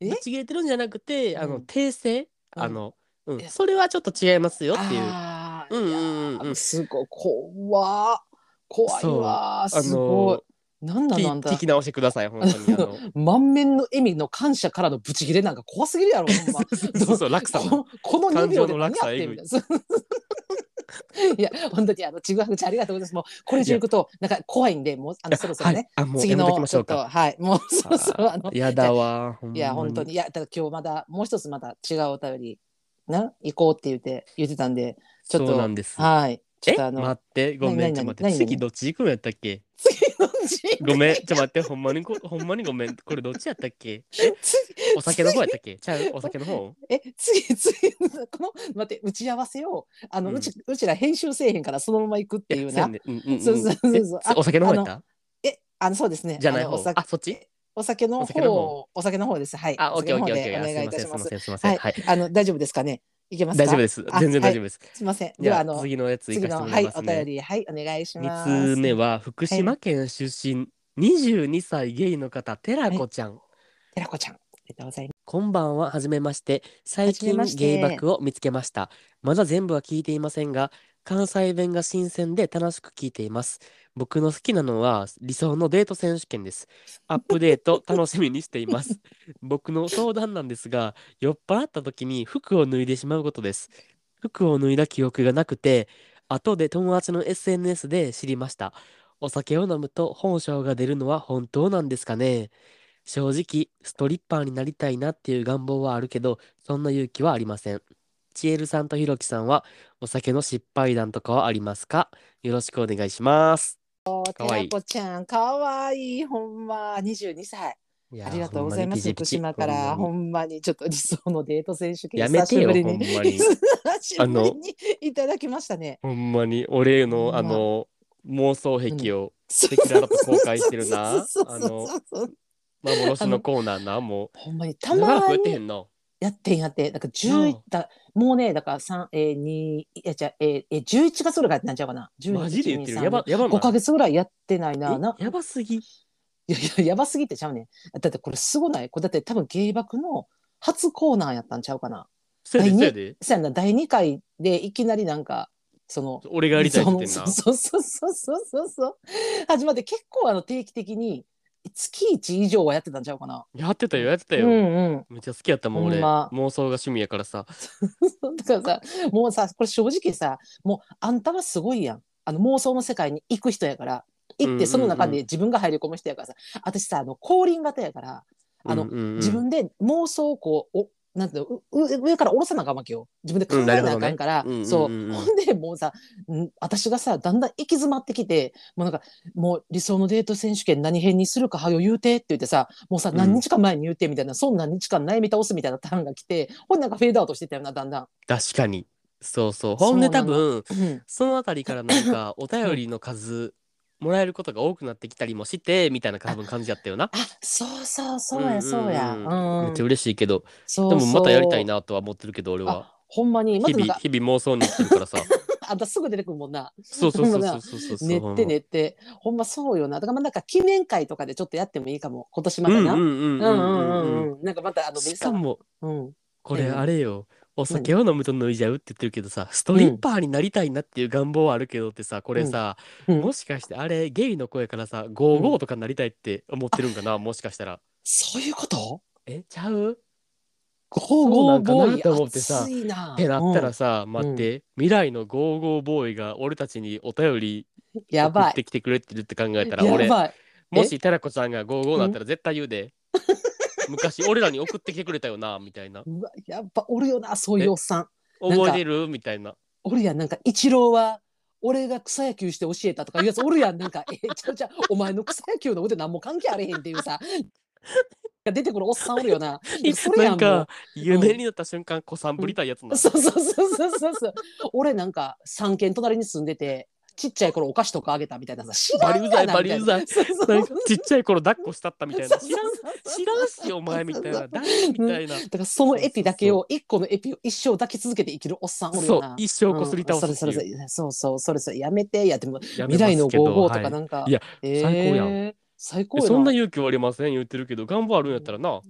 S1: え
S2: ぶち切れてるんじゃなくて、あ
S1: う
S2: の、
S1: ん
S2: 訂正。
S1: うん
S2: あの、う
S1: え
S2: ん、それはちょっと違いますよっていう。
S1: あ
S2: うんうん
S1: ー
S2: う
S1: い
S2: んう
S1: や
S2: ん。
S1: すごい怖っ怖いわ
S2: あ
S1: すごい
S2: の、
S1: なんなんなん
S2: 聞
S1: だ
S2: 聞き直してください、本当に。あ の、
S1: 満面の笑みの感謝からのブチ切れなんか怖すぎる やろほんま
S2: そうそう、落差も。
S1: ここの2
S2: 感
S1: 秒
S2: 情
S1: で
S2: の
S1: 何
S2: 落
S1: やっ
S2: 差
S1: てんみたいな。 いや本当にあのちぐはぐちゃんありがとうございます。もうこれ以上行くとなんか怖いんでもうあのそろそろね、
S2: はい、あ、もう
S1: 次
S2: やめとき
S1: の
S2: ま
S1: ち
S2: しょ
S1: ょっ
S2: う
S1: と
S2: か。
S1: はいもうそろそろあの
S2: あーやだわ。ほんま
S1: いや本当にいやただ今日まだもう一つまだ違うお便りな行こうって言って言ってたんでちょっと
S2: そうなんです。
S1: はいちょ
S2: え
S1: っとあの
S2: 待って、ごめん、
S1: 何何
S2: ちょっと待っ
S1: 何
S2: て。
S1: 何
S2: 次どっち行くんやったっけ
S1: 次の人
S2: ごめん、ちょっと待って、ほんまにご、ほんまにごめん。これどっちやったっけえ
S1: 次
S2: お酒の方やったっけちゃうお酒の方
S1: え次次 のこの待って打ち合わせをあの、う
S2: うん
S1: ちうちら編集せえへんからそのまま行くって
S2: い
S1: い
S2: や
S1: う
S2: そうや
S1: な。
S2: ねうんうんうん
S1: そうそうそうそう
S2: え
S1: あ
S2: お酒の方やった
S1: えあのそうですね
S2: じゃない
S1: あのお
S2: 方
S1: 酒
S2: あ、そっち
S1: お酒の
S2: お酒の
S1: 方
S2: 方
S1: をお酒の方です。はい。
S2: あ、
S1: お
S2: オッ
S1: 酒
S2: ケー
S1: の
S2: オッ
S1: 方
S2: ケーオッケー。
S1: で
S2: あ
S1: お
S2: すい
S1: 願いい
S2: ませ
S1: た
S2: ん、
S1: し
S2: すい
S1: ま。
S2: ますせん、すいません。はい。
S1: あの大丈夫ですかね。いけますか。
S2: 大丈夫です
S1: あ。
S2: 全然
S1: はい
S2: 大丈夫です。
S1: すみません。
S2: じ
S1: では
S2: ゃ
S1: あ
S2: あ
S1: の
S2: 次のやつ行かせ
S1: 次
S2: て
S1: の
S2: も
S1: は
S2: らい
S1: い
S2: ま
S1: お
S2: す
S1: 便
S2: ね。
S1: りはいお願いしま
S2: 2
S1: す。
S2: つ目は福島県出身22歳ゲイの方、テラコちゃん。
S1: 寺子ちゃん。ありがとうございま
S2: こんばんは、はじめまして。最
S1: はじ
S2: 近
S1: めまして
S2: ゲイバクを見つけました。まだ全部は聞いていませんが、関西弁が新鮮で楽しく聞いています。僕の好きなのは理想のデート選手権です。アップデー ト楽しみにしています。僕の相談なんですが、酔っ払った時に服を脱いでしまうことです。服を脱いだ記憶がなくて、後で友達の SNS で知りました。お酒を飲むと本性が出るのは本当なんですかね正直、ストリッパーになりたいなっていう願望はあるけど、そんな勇気はありません。ちえるさんとひろきさんは、お酒の失敗談とかはありますかよろしくお願いします。
S1: す。
S2: かわい
S1: 寺
S2: い
S1: 子ちゃん可愛いほんま22歳。
S2: いや
S1: あ
S2: ー
S1: りがとうございま
S2: ほんにピ
S1: す。福
S2: チピチ
S1: 島から
S2: ほ
S1: ほ
S2: んまに
S1: んまにちょっと理想のデート選手権
S2: やめてよ、
S1: 久しぶり
S2: ほん
S1: に
S2: まに。
S1: 久しぶりにいただきましたね。
S2: ほんまに、俺
S1: ほん
S2: の、
S1: ま
S2: あの、妄想癖を、
S1: 素
S2: 敵だなと後悔してるなあの幻
S1: あの
S2: のコーナーな、も
S1: ほんまにた
S2: う、長
S1: ま
S2: くやって
S1: に
S2: へんの。
S1: やってんやって、なんか
S2: な
S1: 十
S2: あ
S1: だもうねだから三えー二いやじゃえーえ十一月ぐらいからやってなんちゃうかな。11
S2: マジで言って
S1: 12
S2: る。やば、やばない
S1: 5ヶ月ぐらいやってないな。な
S2: えやばすぎ。
S1: いやいややばすぎてちゃうねん。だってこれすごない。これだって多分芸爆の初コーナーやったんちゃうかな。
S2: せやで、
S1: 第二
S2: せやで。
S1: そやな第二回でいきなりなんかその
S2: 俺がやりたいって言ってんな。
S1: そうそうそうそうそうそう。始まって結構あの定期的に月1以上はやってたんちゃうかな。
S2: やってたよ、やってた
S1: う
S2: よ。
S1: ん うん。
S2: めっちゃ好きやったもん
S1: ほん
S2: 俺、
S1: ま
S2: 妄想が趣味やからさ
S1: だからさもうさこれ正直さもうあんたはすごいやんあの妄想の世界に行く人やから行
S2: うん
S1: っ
S2: うんう
S1: て
S2: ん
S1: その中で自分が入り込む人やからさ、私さあの降臨型やからあの
S2: うんうんうん
S1: 自分で妄想をこうおなんていうのうう上から下ろさなあかんわけよ自分で考えなあかんから、
S2: うんなる
S1: そ
S2: ほど
S1: う,、
S2: ねうんうんうんうん
S1: ほんでもうさん私がさだんだん行き詰まってきてもうなんかもう理想のデート選手権何編にするかはよ言うてって言ってさもうさ
S2: うん
S1: 何日か前に言うてみたいな、そん何日間悩み倒すみたいなターンが来てほんでなんかフェードアウトしてたよなだんだん。
S2: 確かにそうそう
S1: そう
S2: ほん
S1: な
S2: で
S1: の
S2: 多分
S1: うん
S2: そのあたりからなんか お便りの数もらえることが多くなってきたりもしてみたいな多分感じやったよな
S1: あそうそうそう
S2: うんうんう
S1: や
S2: ん
S1: そうや。うん
S2: めっちゃ嬉しいけど
S1: そう
S2: でもまたやりたい
S1: な。
S2: なとは思ってるけど俺は
S1: あほんまにま
S2: 日
S1: たなん
S2: 々
S1: か
S2: 日々妄想に生きてる からさ
S1: あんたすぐ出てくるもんな。
S2: そうそうそうそうそうそうそう
S1: 練って練ってほんまそうよな。だからまあなんか記念会とかでちょっとやってもいいかも今年ま
S2: うん
S1: た
S2: うん
S1: な。
S2: うんう
S1: うんうんん
S2: うん
S1: うんうん。なんかまたあ
S2: うん
S1: の
S2: し
S1: 皆
S2: か
S1: さん。
S2: も
S1: うん。
S2: これ
S1: 何
S2: あれよお酒を飲むと脱いじゃうって言ってるけどさストリッパーになりたいなっていう願望はあるけどってさこれさ、
S1: うん
S2: もしかしてあれゲイの声からさ55とかになりたいって思ってるんかな、もしかしたら
S1: そういうこと？
S2: えちゃう
S1: ゴー
S2: う
S1: ゴ
S2: な
S1: ー
S2: んかな
S1: ボーイ
S2: と思ってさ
S1: 熱いな。
S2: ってなった
S1: う
S2: ら
S1: ん
S2: さ、待って、未来の55ボーイが俺たちにお便り
S1: や
S2: 送
S1: ば
S2: っ
S1: い
S2: て。きてくれてるって考えたら
S1: や
S2: 俺
S1: ばい。
S2: もしテラコちゃんが55だったら絶対言うで、昔俺らに送ってきてくれたよなみたいな
S1: うわやっぱおるよなそういうおっさん。なんか
S2: 覚えてるみたいな
S1: おるやんなんか一郎は俺が草野球して教えたとかいうやつおるやん。なんか、え、ちゃうちゃう、お前の草野球の腕何も関係あれへんっていうさ、 出てくるおっさんおる よな。それ
S2: なんん
S1: やもう
S2: か、有名になった瞬間、子さんぶりたいやつな。
S1: そうそうそうそうそうそう。俺なんか三軒隣に住んでて、ちっちゃい頃お菓子とかあげたみたいなさ、知らんがな
S2: バリうざいバリうざい
S1: みたなそうそ
S2: な
S1: うん
S2: かちっちゃい頃抱っこしたったみたいな。
S1: そうそう
S2: 知らん、知らんし、お前みたいな。誰みたいな。
S1: だからそのエピだけを一個のエピを一生抱き続けて生きるおっさんおる
S2: そ
S1: よ
S2: う
S1: な、。
S2: 一生こすり倒す
S1: うんそれ
S2: って
S1: そ
S2: いう。
S1: れそうそうそれそれやめていやでも
S2: やめ
S1: 未来
S2: ま
S1: の
S2: すけど
S1: 55と
S2: は
S1: か
S2: い
S1: なんか、
S2: いや
S1: えー
S2: 最高や
S1: 最
S2: え
S1: 高や
S2: そんな勇気はありません言ってるけど、願望あるんやったらな。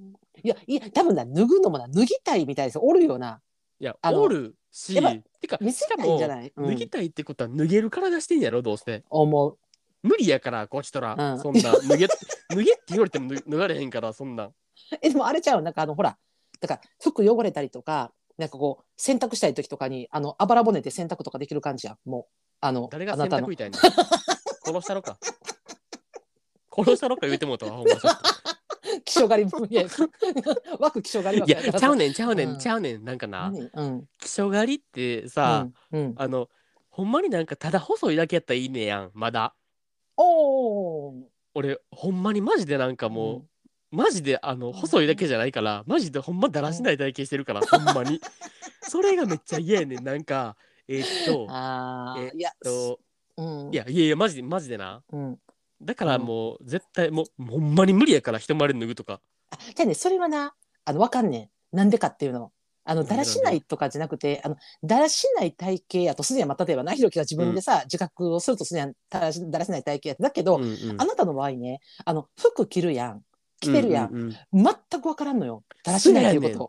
S1: いやいや多分な脱ぐのもな脱ぎたいみたいですおるよない
S2: や、
S1: あの
S2: おるし、
S1: やっぱ
S2: てか、
S1: 見
S2: し
S1: せ
S2: か
S1: たいん
S2: も
S1: じゃ、ない、う
S2: 脱ぎ
S1: ん、
S2: たいってことは脱げる体してんやろ、どうせ。
S1: 思う
S2: 無理やから、こっちと
S1: う
S2: ら。
S1: ん
S2: そんな、脱げ、脱げって言われても脱脱がれへんから、そんな。
S1: えでもあれちゃうなんかあのほらだから服汚れたりとかなんかこう洗濯したい時とかにあのあばら骨で洗濯とかできる感じやんもうあの
S2: 誰が
S1: あ
S2: 洗
S1: なた
S2: 濯
S1: の
S2: みたいな。殺したろか。殺したろか言うてもうたわ、ほんまちょっと
S1: 気象狩りいや 枠気象狩り
S2: いや、ちゃう
S1: ね
S2: ねん、ちゃうね
S1: うん
S2: ん、ちゃうねん。なんかな、
S1: 何うん
S2: 気象狩りって
S1: う
S2: さ、
S1: んうん
S2: あの、ほんまになんかただ細いだけやったらいいねやん、まだ。
S1: おー
S2: 俺、ほんまにマジでなんかもう、
S1: うん
S2: マジであの細いだけじゃないからマジでほんまだらしない体型してるからほんま にそれがめっちゃ嫌やねんなんかえーっと
S1: あー
S2: えっ
S1: いや
S2: と
S1: うん
S2: いやいやいやマジでマジでな
S1: うん
S2: だからもう絶対もうほんまに無理やから人前で脱ぐとか
S1: あじゃあねそれはなあのわかんねんなんでかっていうのあ
S2: な
S1: の
S2: んで
S1: だらしないとかじゃなくてあのだらしない体型やとすでにまた例えばなひろきが自分でさ、自覚をするとすでにだらしだらしない体型やだけど、
S2: うんうん
S1: あなたの場合ねあの服着るやん着てるやん,、
S2: ううう
S1: 全く分からんのよだらしないっていうこと。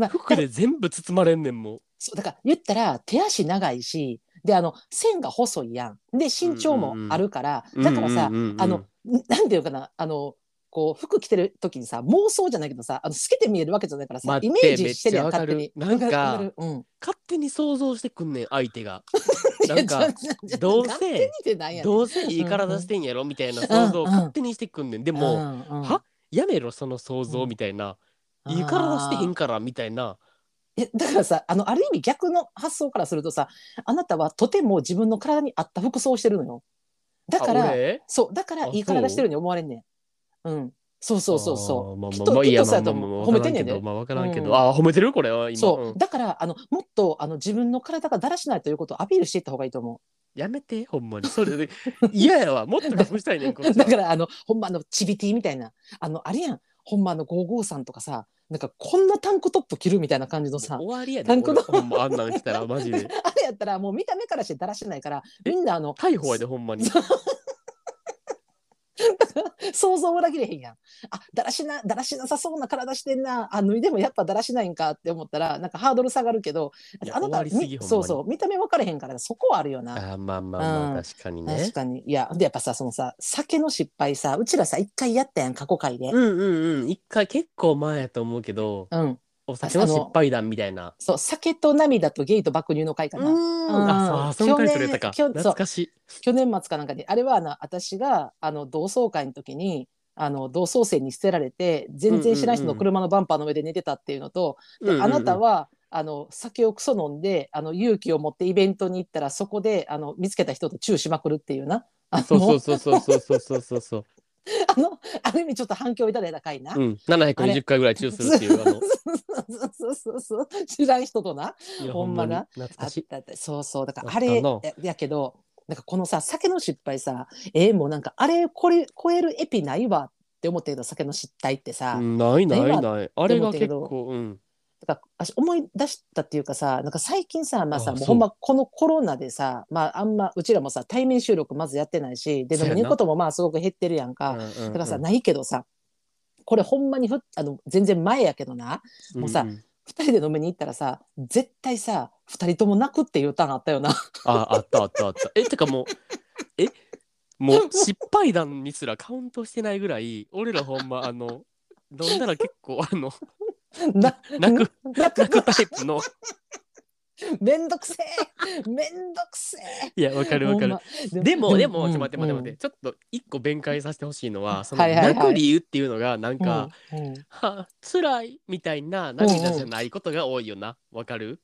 S1: まあ、
S2: 服
S1: だ
S2: で全部包まれんねんもう
S1: そうだから言ったら手足長いしであの線が細いやんで身長もあるから、だからさ、
S2: うんうんうんうん
S1: あのなんていうかなあのこう服着てる時にさ妄想じゃないけどさあの透けて見えるわけじゃないからさ
S2: 待
S1: イ
S2: っ
S1: メ
S2: て
S1: ージしてるやん
S2: めっちゃわか
S1: 勝手
S2: る
S1: に。
S2: なんか
S1: わわるうん、
S2: 勝手に想像してくんねん相手 がなんかど
S1: ど
S2: う
S1: う
S2: せ
S1: せう
S2: どうせいい体してんやろみたいな想像を勝手にしてくんねんで
S1: ん
S2: も
S1: うん
S2: はやめろその想像みたいな、
S1: うん
S2: いい体してへんからみたいな
S1: えだからさあのある意味逆の発想からするとさあなたはとても自分の体に合った服装をしてるのよだか
S2: あ
S1: ら
S2: 俺
S1: そうだから
S2: あ
S1: いい体してるように思われんねんうんそうそうそうそう
S2: うまあ
S1: き
S2: ま
S1: っ
S2: あま
S1: と
S2: あいい
S1: きっ
S2: やまあま
S1: とさと
S2: あまあまあ
S1: 褒めてんねん
S2: わからんけど
S1: で
S2: まあわからんけど
S1: うん
S2: あー褒めてるこれは今
S1: そううんだからあのもっとあの自分の体がだらしないということをアピールしていった方がいいと思
S2: やめてほんまにそれで嫌やわもっと隠したいねんこっ
S1: う
S2: ちは
S1: だからあのほんまあのチビティみたいなあのあれやんほんまあの55さんとかさなんかこんなタンクトップ着るみたいな感じのさ
S2: 終わりやで
S1: タンク
S2: 俺
S1: の
S2: ほんまあんなん来たらマジ で
S1: あれやったらもう見た目からしてだらしないからみんなあの
S2: 逮捕やでほんまに
S1: 想像を裏切れへんやん。あだらしなだらしなさそうな体してんなあ脱いでもやっぱだらしないんかって思ったらなんかハードル下がるけど
S2: いや
S1: あな
S2: 終
S1: た
S2: わりすぎ
S1: み
S2: ほんまに
S1: そうそう見た目分かれへんからそこはあるよ
S2: あ
S1: な。
S2: ーまあまあまあ、
S1: うん
S2: 確かにね
S1: 確かにいやでやっぱさそのさ酒の失敗さうちらさ一回やったやん過去回で。
S2: うんうんうん一回結構前やと思うけど
S1: うん、
S2: お酒の失敗談みたいな
S1: そう酒と涙とゲイと爆乳の会かな、
S2: うんあ
S1: うん
S2: そうあそのタイトルやったか
S1: 去年
S2: 懐かしい
S1: 去年末かなんかにあれはあの私があの同窓会の時にあの同窓生に捨てられて全然知らない人の車のバンパーの上で寝てたっていうのと、で
S2: うんうんうん
S1: あなたはあの酒をクソ飲んであの勇気を持ってイベントに行ったらそこであの見つけた人とチューしまくるっていうな あの
S2: そうそうそうそうそうそうそう そう
S1: あのある意味ちょっと反響いただいた回な。
S2: うん、720回ぐらいチューするっていう、あ の、
S1: そうそうそうそう知らん人とない
S2: や
S1: ほんまな
S2: に懐
S1: あ
S2: か
S1: っ
S2: しい。
S1: たあったそうそうだから
S2: あ
S1: あ
S2: ったな
S1: れややけどなんかこのさ酒の失敗さえーもうなんかあれこれ超えるエピないわって思ってるけど酒の失態ってさ、
S2: うんないな
S1: で今
S2: いない。あれ
S1: でも
S2: が
S1: だけ
S2: 結
S1: ど
S2: 構、うん。
S1: だから私思い出したっていうかさなんか最近さまあさ
S2: あ
S1: もう
S2: そう
S1: ほんまこのコロナでさまああんまうちらもさ対面収録まずやってないしで
S2: そう
S1: 飲
S2: や
S1: み
S2: な
S1: に行くこともまあすごく減ってるやんか、
S2: うんうんうん
S1: だからさ、ないけどさこれほんまにふあの全然前やけどなもうさ
S2: んん
S1: 2人で飲みに行ったらさ絶対さ2人とも泣くっていうターンあったよな
S2: あ、あったあったあった。え、てかもう、え、もう失敗談にすらカウントしてないぐらい、俺らほんま、あの、飲んだら結構、あの、
S1: な
S2: 泣く、
S1: 泣く
S2: 泣くタイプの、
S1: めんどくせえめんどくせえ
S2: いや、わかるわか
S1: ほん
S2: る
S1: ま。
S2: でも、で
S1: う
S2: も、
S1: ん
S2: ちょ、待って待って待っ
S1: うん
S2: て、ちょっと一個弁解させてほしいのは、その、
S1: はいはいはい
S2: 泣く理由っていうのが、なん
S1: うん
S2: か、
S1: うん
S2: は辛いみたいな涙じゃないことが多いよな。わかる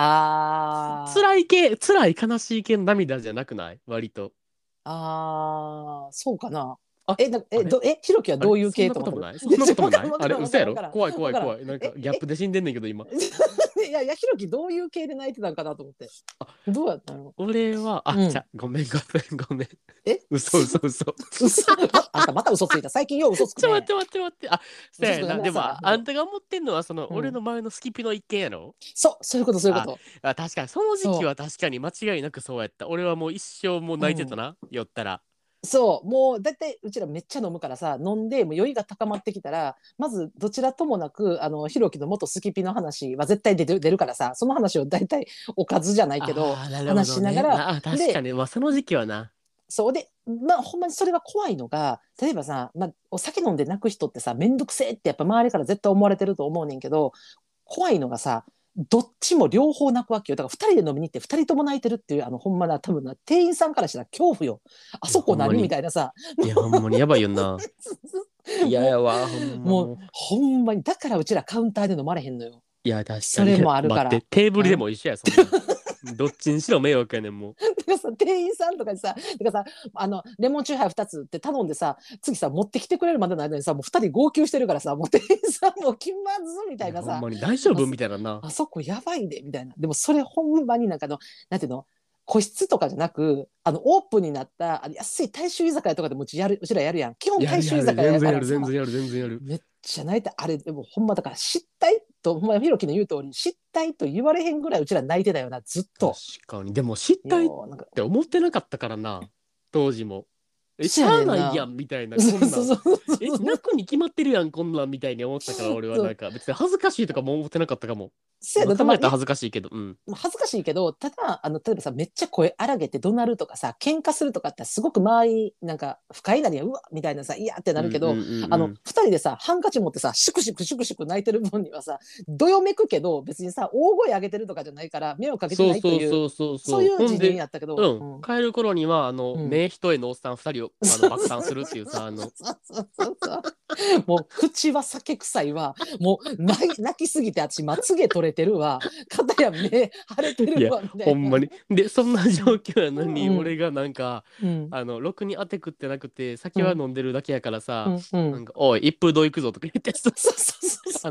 S1: あー
S2: 辛い系、辛い悲しい系の涙じゃなくない割と。
S1: あーそうかな
S2: あ
S1: えな
S2: あ
S1: え
S2: れ
S1: どえひろきはどういう系
S2: あれ
S1: と
S2: そんなことも
S1: 思っ
S2: な
S1: て
S2: い
S1: る
S2: そんなこともない
S1: わか
S2: あ
S1: ら
S2: れ、
S1: んわ
S2: 嘘
S1: か
S2: や
S1: ら
S2: ろ
S1: んわからん
S2: 怖い怖い
S1: わからん
S2: 怖い。なんか
S1: え、
S2: ギャップで死んでんねんけど、今。
S1: いやいやひろきどういう系で泣いてたんかなと思って
S2: あ
S1: どうやったの
S2: 俺は、あ、
S1: うん
S2: じゃあ、ごめん、ごめん、ごめん。
S1: え
S2: 嘘、嘘、 嘘。ちょ
S1: 嘘 あんたまた嘘ついた最近よう嘘つ
S2: っ
S1: く
S2: と待
S1: ね
S2: って、待って、待って。あ、そうや
S1: 嘘だ
S2: な。
S1: な
S2: でも、
S1: そうだ
S2: ああんたが思ってんのは、その、
S1: うん
S2: 俺の前のスキピの一件やろ
S1: そうそういうことそういうこと
S2: あ、確かに、その時期は確かに間違いなくそうやった。俺はもう一生もう泣いてたな、酔ったら。
S1: そうもうだいたいうちらめっちゃ飲むからさ飲んでもう酔いが高まってきたらまずどちらともなくあのひろきの元スキピの話は絶対出て出るからさその話をだいたいおかずじゃないけど
S2: あーなるほね
S1: 話しながら
S2: なあ確かに、まあ、その時期は な。
S1: そうでまあほんまにそれが怖いのが例えばさ、まあ、お酒飲んで泣く人ってさ面倒くせえってやっぱ周りから絶対思われてると思うねんけど怖いのがさどっちも両方泣くわけよだから2人で飲みに行って2人とも泣いてるっていうあのほんまな多分な店員さんからしたら恐怖よあそこ
S2: ほんま
S1: 何
S2: に
S1: みたいなさ
S2: いや、ほんまにやばいよ な。いややわ、ほんま
S1: もうほんまにだからうちらカウンターで飲まれへんのよ
S2: いや、確かに。
S1: それもあるから
S2: 待ってテーブルでも一緒や、そんなんどっちにしろ迷惑やねん、もう。
S1: だからさ店員さんとかにさだからさあのレモンチューハイ2つって頼んでさ次さ持ってきてくれるまでの間にさもう2人号泣してるからさもう店員さんも気まずみたい な
S2: やほ
S1: さ
S2: んまに大丈夫みたいなな。
S1: あそこやばいでみたいなでもそれほんまになんかあのなんていうの個室とかじゃなくあのオープンになったあの安い大衆居酒屋とかでもうちやるうちらやるやん基本
S2: やる
S1: 大衆居酒
S2: や
S1: 屋
S2: る全然
S1: やから
S2: や
S1: さ
S2: る、全然やる、全然やる。
S1: めっちゃ泣いてあれでもほんまだから失態とほんまひろきの言う通り失態と言われへんぐらいうちら泣いてたよなずっと
S2: 確。かに。でも、失態っ
S1: もうなんか
S2: て思ってなかったからな、当時も。え、
S1: そ
S2: し
S1: う
S2: ゃ
S1: やね
S2: あ
S1: んな
S2: ないやん、みたいな。こん
S1: そう
S2: なん
S1: そうそうそう
S2: え、泣くに決まってるやん、こんなんみたいに思ってたから、俺はなんか、別に恥ずかしいとかも思ってなかったかも。
S1: せやな
S2: 考
S1: たま
S2: え
S1: に
S2: たら恥ずかしいけど、うん。
S1: まあ恥ずかしいけどただあの例えばさめっちゃ声荒げて怒鳴るとかさ喧嘩するとかってすごく周りなんか不快なりやうわみたいなさいやってなるけど、
S2: うんうんうんうん
S1: あの2人でさハンカチ持ってさシュクシュクシュクシュク泣いてる分にはさどよめくけど別にさ大声上げてるとかじゃないから目をかけて
S2: そ
S1: な
S2: う
S1: いと
S2: そう
S1: いうそう
S2: そうそう
S1: いう
S2: ほん
S1: 次
S2: で
S1: 元やったけど。
S2: うん、
S1: うん
S2: 帰る頃にはあの、
S1: うん
S2: 名一重のおっさん二人をあの爆散するっていうさあ の
S1: そうそうそうそうもう口は酒臭いわもう泣い泣きすぎて私まつげ取れてるわ肩や目腫れてるわみたいな
S2: ほんまにでそんな状況やのに、
S1: うん
S2: 俺がなんか
S1: うん
S2: あのろくに当て食ってなくて酒は飲んでるだけやからさ、
S1: うんうん
S2: なんかおい一風堂行くぞとか言ってさ
S1: そうそ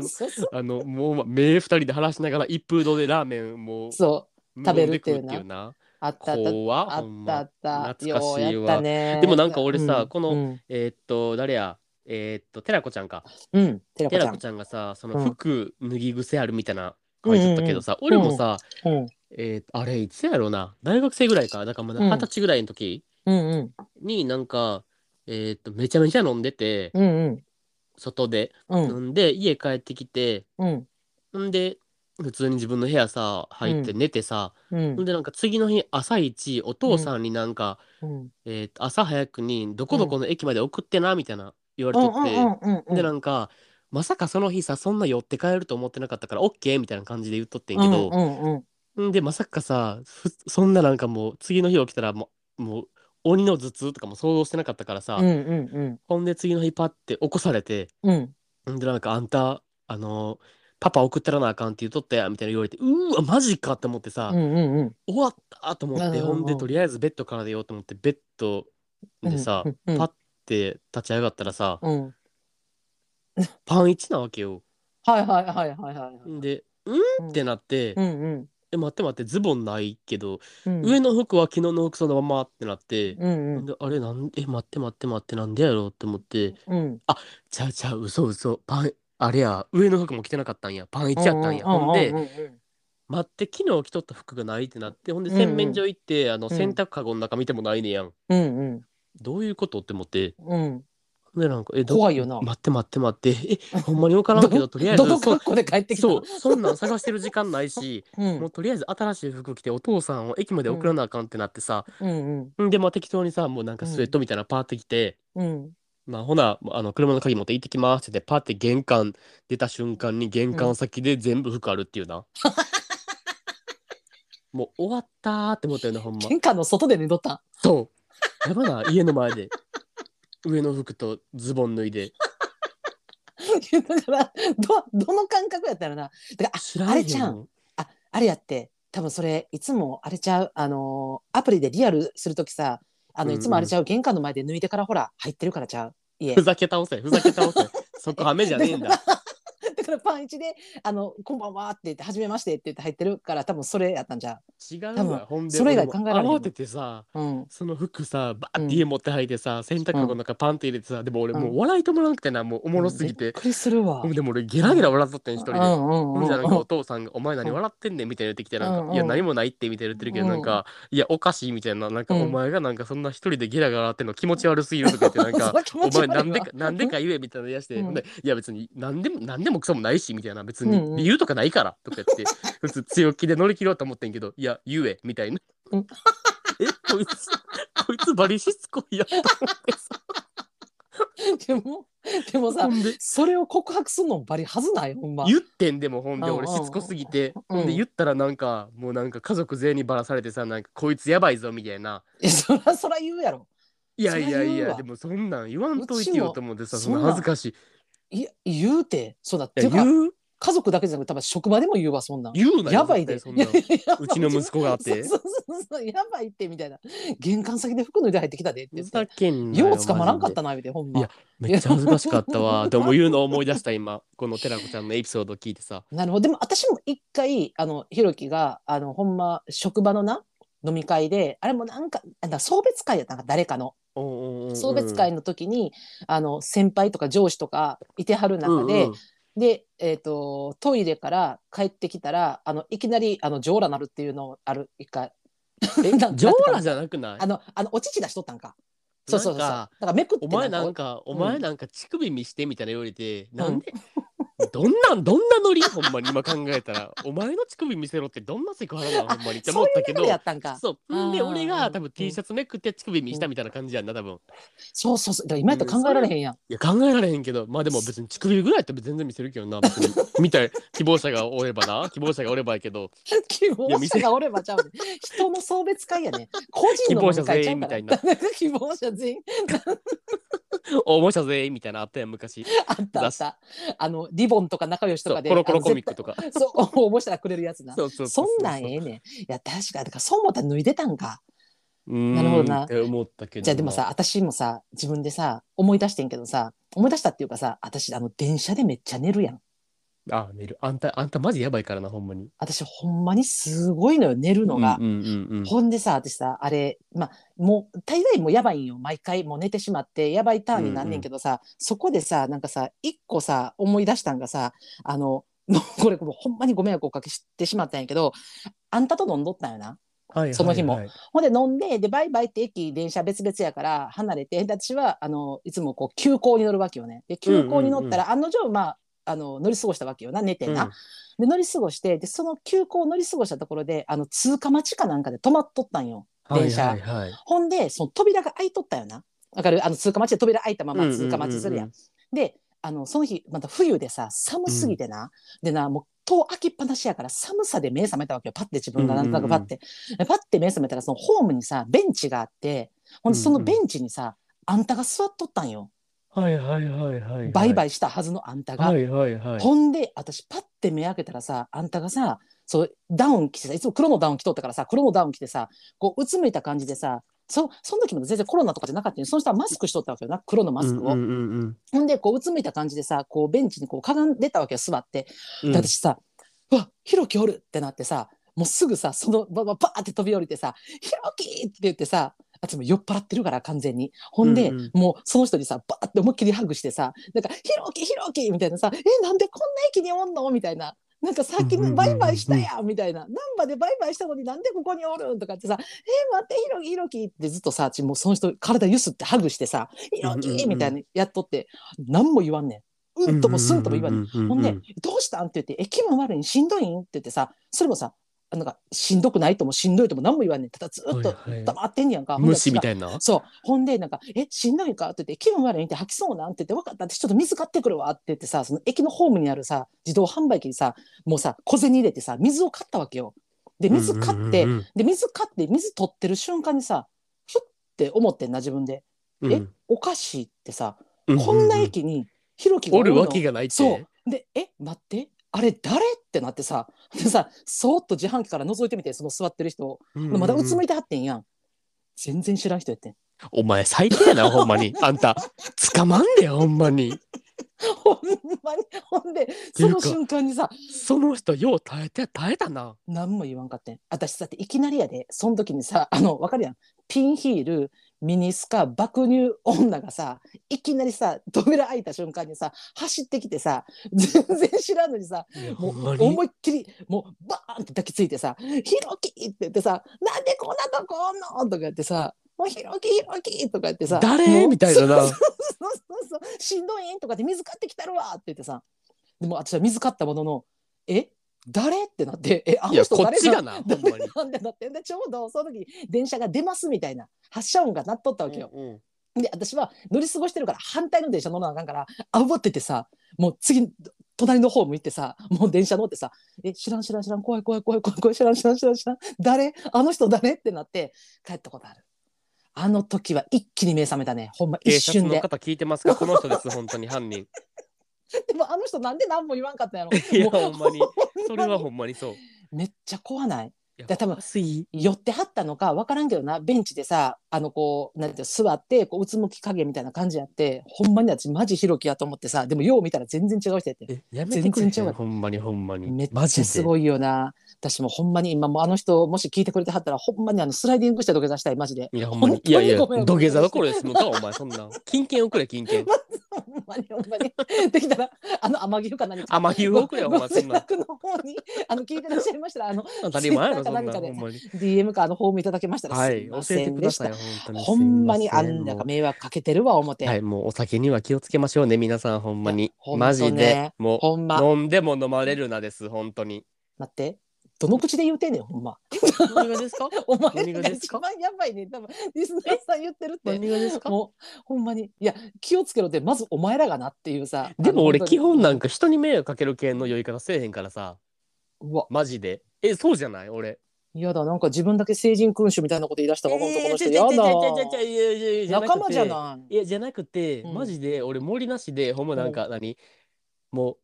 S1: うそうそう。
S2: あのもうま目二人で話しながら一風堂でラーメンも
S1: そう。食べるっていう
S2: 飲ん
S1: な
S2: で食うな
S1: あったあった。
S2: 怖っ
S1: あ
S2: ほ
S1: っ
S2: ん
S1: たあ
S2: ま
S1: った。
S2: 懐かしいわ
S1: ようやったね。
S2: でもなんか俺さ
S1: うん
S2: この
S1: うん。
S2: えーっと誰やえーっと寺子ちゃんか
S1: うん。テラコち
S2: 寺
S1: ゃ
S2: 子
S1: ん
S2: ち。ゃんがさそ
S1: うん
S2: の服脱ぎ癖あるみたいな書いてたけどさ、俺もさ、
S1: うん。
S2: えーあれいつやろうな大学生ぐらいかだからまだ
S1: うん
S2: 二十歳ぐらいの時
S1: うんうん。
S2: になんか、えーっとめちゃめちゃ飲んでて、
S1: うんうん。
S2: 外で
S1: うん
S2: 飲んで家帰ってきて
S1: うん。
S2: んで普通に自分の部屋さ入って寝てさ、
S1: うん
S2: ん、でなんか次の日朝一お父さんになんか、
S1: うん。
S2: えーっと朝早くにどこどこの駅まで送ってなみたいな言われ
S1: うん
S2: とっ
S1: うん
S2: て。
S1: うんうん。
S2: でなんかまさかその日さそんな寄って帰ると思ってなかったからオッケーみたいな感じで言っとってんけど
S1: う、んうんうん。
S2: んでまさかさふそんななんかもう次の日起きたらもうもう鬼の頭痛とかも想像してなかったからさ、
S1: うんうん
S2: ほんで次の日パッて起こされて
S1: うん。うん。
S2: んでなんかあんたあのーパパ送ったらなあかんって言っとったやみたいな言われてうーわマジかって思ってさ、
S1: うんうんうん。
S2: 終わったと思って、
S1: うんうんう
S2: ほ
S1: ん
S2: んでとりあえずベッドから出ようと思ってベッドでさ、
S1: うんうん
S2: パッて立ち上がったらさ、
S1: うん。
S2: パン一なわけよ。
S1: はいはいはいはいはい。
S2: んでうんってなって、
S1: うんうん。
S2: え待って待ってズボンないけど、
S1: うん
S2: 上の服は昨日の服そのままってなって、
S1: うんうん
S2: であれなんえ待って待って待ってなんでやろうって思って
S1: うん
S2: ちゃうちゃう嘘嘘パンあれや上の服も着てなかったんやパン1やったんや、ほんで、
S1: うううん
S2: 待って昨日着とった服がないってなってほんで
S1: うんうん
S2: 洗面所行って、あの
S1: うん
S2: 洗濯かごの中見てもないねやん、
S1: うん
S2: どういうことって思って
S1: うんうん
S2: ほんでなんかえど
S1: 怖いよな
S2: 待って待って待ってえほんまに分からんけどとりあえず
S1: どの
S2: そう
S1: 格好で帰ってきた
S2: そうそんなん探してる時間ないし
S1: うん
S2: もうとりあえず新しい服着てお父さんを駅まで送らなあかんってなってさ、
S1: うんうん
S2: んでまあ適当にさもうなんかスウェットみたいなのパーって着て、
S1: うん
S2: まあほなあの車の鍵持って行ってきますって言ってパーって玄関出た瞬間に玄関先で全部服あるっていう な、もう終わったーって思ったよねほんま
S1: 玄関の外で寝とったん
S2: そうやばな家の前で上の服とズボン脱いで
S1: だからどどの感覚やったらなだから
S2: 知らんよ
S1: あれちゃんああれやって多分それいつもあれちゃうあのーアプリでリアルするときさあの
S2: うんう
S1: い
S2: ん
S1: つもあれちゃう、玄関の前で抜いてからほら入ってるからちゃう 家
S2: ふざけ倒せ、ふざけ倒せ。そこ雨じゃねえんだ。
S1: だからパン一で「あのこんばんは」って言って「はじめまして」って言って入ってるから多分それやったんじゃ
S2: 違う
S1: 多分
S2: わ、ほんで。
S1: それ以外
S2: 俺
S1: 考
S2: も
S1: えられへん
S2: 慌ててさ、
S1: う、うん、
S2: その服さ、バー
S1: う
S2: っ
S1: ん
S2: て家持って履いてさ、洗濯
S1: う
S2: 箱
S1: ん
S2: なんかパンって入れてさ、でも俺も
S1: う
S2: う笑い止まらなくてな、もうお
S1: お
S2: もろすぎ。
S1: びってくりするわ
S2: でも俺ゲラゲラ笑っとってん、一人で。
S1: うんうんう
S2: ほ
S1: ん
S2: んじゃなんかお
S1: う
S2: 父さんが「お前何笑ってんねん」みたいな言ってきてなん
S1: うん
S2: か「
S1: うん
S2: いや何もないって」みたいな言ってるけど
S1: うん
S2: なんか「いやおかしい」みたいななんか「
S1: うん
S2: お前がなんかそんな一人でゲラゲラ笑ってんの気持ち悪すぎる」とか言ってなん
S1: んそ
S2: か
S1: れ気
S2: 「お
S1: 持ち
S2: 前
S1: 悪いわ
S2: なんでかなんでか言え」みたいなやして
S1: うん
S2: ほんで「いや別に何でも何でもクソもないし」みたいな別
S1: うんうん
S2: に理由とかないからとか 言って普通強気で乗り切ろうと思ってんけど「いや言え」みたいな
S1: うん。
S2: えこいつこいつバリしつこいやと思ってさ
S1: でもでもさ
S2: ほんで
S1: それを告白するのバリはずないほん ま
S2: 言ってんでもほんで
S1: うん
S2: 俺
S1: うんうん
S2: しつこすぎて、
S1: うん
S2: ほんで言ったらなんかもうなんか家族全員にばらされてさなんかこいつやばいぞみたいな
S1: えそらそら言うやろ
S2: いやいやい
S1: そりゃ言う
S2: や
S1: わ
S2: でもそんなん言わんといてよと思ってさ
S1: うち
S2: そ
S1: も
S2: んな恥ずかしい
S1: いや言うてそうだって
S2: いや
S1: いうか
S2: 言う
S1: 家族だけじゃなくて多分職場でも言うわそんなん
S2: 言うなよ
S1: やばいで
S2: 絶対そんなん
S1: いやいや
S2: うちの息子があっ て
S1: そうそうそうそうやばいってみたいな玄関先で服脱いで入ってきたでって言
S2: ふ
S1: っ
S2: ざ
S1: て
S2: けんな
S1: よう捕まらんかった
S2: マ
S1: なみたいなほんま
S2: いやジでめっちゃ恥ずかしかった わでも言うの思い出した今この寺子ちゃんのエピソード聞いてさ
S1: なるほどでも私も一回あのひろきがあのほんま職場のな飲み会であれもなんかなんか送別会やったなんか誰かの送別会
S2: の
S1: の時に、あの先輩とか上司とかいてはる中で、で、えー、とトイレから帰ってきたらあのいきなりあのジョーラなるっていうのをある一回
S2: え
S1: なん
S2: ジョーラ
S1: なんて言ったの
S2: じゃなくない
S1: あのあのお乳出しとったんかそうそうそうそう
S2: なん
S1: だ
S2: か
S1: からめくって
S2: お前なんか、お前なんか乳首見してみたいな言われて、なんで、どんなん、どんなノリほんまに今考えたら、お前の乳首見せろってどんなセクハラな
S1: あ
S2: ほんまにって思ったけ
S1: そ
S2: ど
S1: ういう流れや、ったんか
S2: そう。んで、
S1: あー
S2: 俺が多
S1: う
S2: 分
S1: ん
S2: T シャツめくって乳首見したみたいな感じやんな、多分。い
S1: そうそうそうだから今やったら考えられへんやん、
S2: や、考えられへんけど、まあでも別に乳首ぐらいやって全然見せるけどな、別に。みたい、 希望者がおればな、希望者がおればやけど、
S1: 希望者がおればちゃうね人の送別会やね個人の飲み会ちゃうから
S2: 希望者全員みたいな
S1: 希望者全員
S2: 応募者全員みたいなのあったやん、昔。
S1: あったあったあのリボンとか仲良しと
S2: そ
S1: か
S2: う、
S1: で
S2: コロコロコミック
S1: あ
S2: とか。
S1: の絶対そう応募したらくれるやつな
S2: そうそう
S1: そ
S2: うん
S1: なんええねん。いや確かだからそう思ったら脱いでたんか。
S2: な
S1: るほどな
S2: って思ったけどな。
S1: じゃあでもさ私もさ自分でさ思い出してんけどさ思い出したっていうかさ私あの電車でめっちゃ寝るやん。
S2: あ、寝る。あんた、あんたマジやばいからな、ほんまに。
S1: 私ほんまにすごいのよ寝るのが。
S2: うんうんうんうん
S1: ほんでさ私さあれまあもう大概もうやばいんよ毎回もう寝てしまってやばいターンになんねんけどさ、そこでさなんかさ一個さ思い出したんがさあの もうこれもうほんまにご迷惑をおかけしてしまったんやけどあんたと飲んどったんよな。
S2: はい
S1: その日も
S2: はいはい
S1: ほんで飲んで、で、バイバイって駅、電車別々やから離れて、で私は、あの、いつもこう、急行に乗るわけよね。で、急行に乗ったら、案の定、まあ、あの、乗り過ごしたわけよな、寝てな。で、乗り過ごして、で、その急行を乗り過ごしたところで、あの、通過待ちかなんかで止まっとったんよ。
S2: うん
S1: 電車
S2: はいはいはい
S1: ほんで、その扉が開いとったよな。わかるあの、通過待ちで扉開いたまま通過待ちするやん。
S2: うん
S1: で、あの、その日、また冬でさ、寒すぎてな。でな、もう、戸開きっぱなしやから寒さで目覚めたわけよ。パッて自分がなんとなくパッて。でパッて目覚めたら、そのホームにさ、ベンチがあって、ほんでそのベンチにさ、あんたが座っとったんよ。
S2: うんうんはいはいはいはいはい。
S1: バイバ
S2: イ
S1: イしたはずのあんたが。
S2: はいはいはい。
S1: ほんで、私、パッて目開けたらさ、あんたがさ、そう、ダウン着てさ、いつも黒のダウン着とったからさ、黒のダウン着てさ、こう、うつむいた感じでさ、そその時も全然コロナとかじゃなかったよ。その人はマスクしとったわけよな、黒のマスクを。
S2: うんうんうん
S1: ほんで、こう、うつむいた感じでさ、こう、ベンチにこう、かがんでたわけよ、座って。
S2: うん。
S1: で私さ、うわ、ひろきおるってなってさ、もうすぐさ、そのばばばーって飛び降りてさ、ひろきって言ってさ、あっちもう酔っ払ってるから完全に。ほんで、
S2: うんうん
S1: もうその人にさ、ばーって思いっきりハグしてさ、なんか、ひろきひろきみたいなさ、え、なんでこんな駅におんのみたいな。なんかさっき
S2: うんうんうんうん
S1: バイバイしたやんみたいな。難波でバイバイしたのになんでここにおるんとかってさ、えー、待って、ひろきひろきってずっとさ、あっちもうその人体ゆすってハグしてさ、ひろ
S2: うんうんう
S1: き
S2: ん
S1: みたいなやっとって、何も言わんねん。うんともすんとも言わんねん。
S2: ううう
S1: ほん
S2: う
S1: で、どうしたんって言って、え、気分悪いんしんどいんって言ってさ、それもさ、あなんか、しんどくないともしんどいとも何も言わんねん。ただずっと
S2: はいはい
S1: 黙ってんねやんか。ほんで
S2: 虫みたいな。
S1: そう。ほんで、なんか、え、しんどいかって言って、気分悪いんって吐きそうなんって言って、分かったって、ちょっと水買ってくるわって言ってさ、その駅のホームにあるさ、自動販売機にさ、もうさ、小銭入れてさ、水を買ったわけよ。で、水買って、
S2: うんうん
S1: で、水買って、水取ってる瞬間にさ、ふって思ってんな、自分で。
S2: うん
S1: え、おかしいってさ、
S2: ううう
S1: こんな駅に、ひろきが
S2: おる
S1: の
S2: わけがないって。
S1: そう。で、え、待って、あれ誰ってなってさでさそーっと自販機から覗いてみてその座ってる人
S2: うん
S1: まだう
S2: うん
S1: つむいてはってんやん全然知らん人やってん
S2: お前最低やな、ほんまに。 あんた、捕まんでよ、ほんまに。
S1: ほんまにほんで
S2: てい
S1: そうの
S2: か
S1: 瞬間にさ
S2: その人、よう耐えて、耐えたな。
S1: 何も言わんかってん私さいきなりやでその時にさあのわかるやんピンヒールミニスカ爆乳女がさいきなりさ扉開いた瞬間にさ走ってきてさ全然知らんのにさも
S2: ほんま
S1: う
S2: に。
S1: 思いっきりもうバーンって抱きついてさ「ひろき!」って言ってさ「なんでこんなとこおんの?」とか言ってさ「もうひろきひろき!」とか言ってさ「
S2: 誰
S1: もう
S2: みたいなな
S1: そうそうそうそうしんどいん?」とかって「水買ってきたるわ!」って言ってさでも私は水買ったものの「え誰?」ってなって「えあ
S2: い
S1: の
S2: や、
S1: 人
S2: こっ
S1: 誰
S2: ち
S1: が
S2: がな、ほんま
S1: 誰
S2: に。
S1: なんでなってんでちょうどその時電車が出ますみたいな発車音が鳴っとったわけよ。
S2: うんうん
S1: で私は乗り過ごしてるから反対の電車乗らなあかんから慌ててさもう次隣の方向いてさもう電車乗ってさ「え知らん知らん知らん怖い怖い怖い怖い怖い知らん知らん知らん知らん誰あの人誰?」ってなって帰ったことあるあの時は一気に目覚めたねほんま一
S2: 警察
S1: 瞬
S2: の
S1: で
S2: 方聞いてますかこの人です、本当に犯人。
S1: でもあの人なんで何も言わんかったんや
S2: いや、
S1: ろ
S2: ほ
S1: も
S2: んまに。
S1: う
S2: それはほんまにそう。い
S1: めっちゃ怖ない
S2: や
S1: だ多分
S2: おかしい
S1: 寄ってはったのか分からんけどなベンチでさあのこうなんていうの座ってこううつむき加減みたいな感じやってほんまに私マジひろきやと思ってさでもよう見たら全然違う人やって
S2: え、やめてく
S1: 全
S2: れ
S1: 然違う
S2: ほんまにほんまに。
S1: めっ
S2: マ
S1: ち
S2: ジ
S1: ゃ
S2: です
S1: ごいよな私もほんまに今もうあの人もし聞いてくれてはったらほんまにあのスライディングして土下座したいマジで
S2: いや、ほんまに
S1: 本。当
S2: い
S1: に
S2: やいや、
S1: ごめん
S2: 土下座どころですもんか、お前、そんな。金券送れ、金券。
S1: ほんまにほんまに できたらあの天城か何か
S2: 天城送 れよ、お前、そん
S1: ご
S2: な。
S1: 自宅の方にあの聞いてらっしゃいましたらあの
S2: 当たり前やろ、そ
S1: ツ
S2: ん
S1: イッターか
S2: な。
S1: なんか
S2: ほ
S1: で
S2: んまに。
S1: DM かあのホームいただけましたら
S2: は
S1: す
S2: い、
S1: い
S2: 教
S1: ま
S2: え
S1: せ
S2: て
S1: ん
S2: く
S1: で
S2: だ
S1: し
S2: さい、
S1: た
S2: 本当に。
S1: ほんまに
S2: すい
S1: あ
S2: せ
S1: んなんか
S2: も
S1: 迷惑かけてるわ思っ
S2: う
S1: て、
S2: はい、もうお酒には気をつけましょうね、皆さん、ほんま
S1: い
S2: に
S1: や。ほんとね
S2: マジで。も
S1: ほん
S2: う、
S1: ま
S2: 飲んでも飲まれるなです、本当に。
S1: 待ってどの口で言うてんねんほんま
S2: 何がですか
S1: お前
S2: 何
S1: ら
S2: が
S1: が
S2: です
S1: 一
S2: か
S1: 番やばいね多分リスナーさん言ってるって
S2: 何がですか
S1: もうほんまにいや気をつけろってまずお前らがなっていうさ
S2: でも俺、基本なんか
S1: か
S2: 人に迷惑かける系の酔い方せえへんからさ、
S1: うわ
S2: マジで。え、そうじゃない俺。
S1: いやだなんか自分だけ成人君主みたいなこと言い出した
S2: え
S1: 若者の
S2: ーち
S1: 人
S2: ょ
S1: や
S2: ちょちょちょちょ
S1: だ
S2: いやいやいやなくて
S1: 仲間じゃない
S2: いやじゃなくて、
S1: うん
S2: マジで俺森なしでほんまなんか何、もう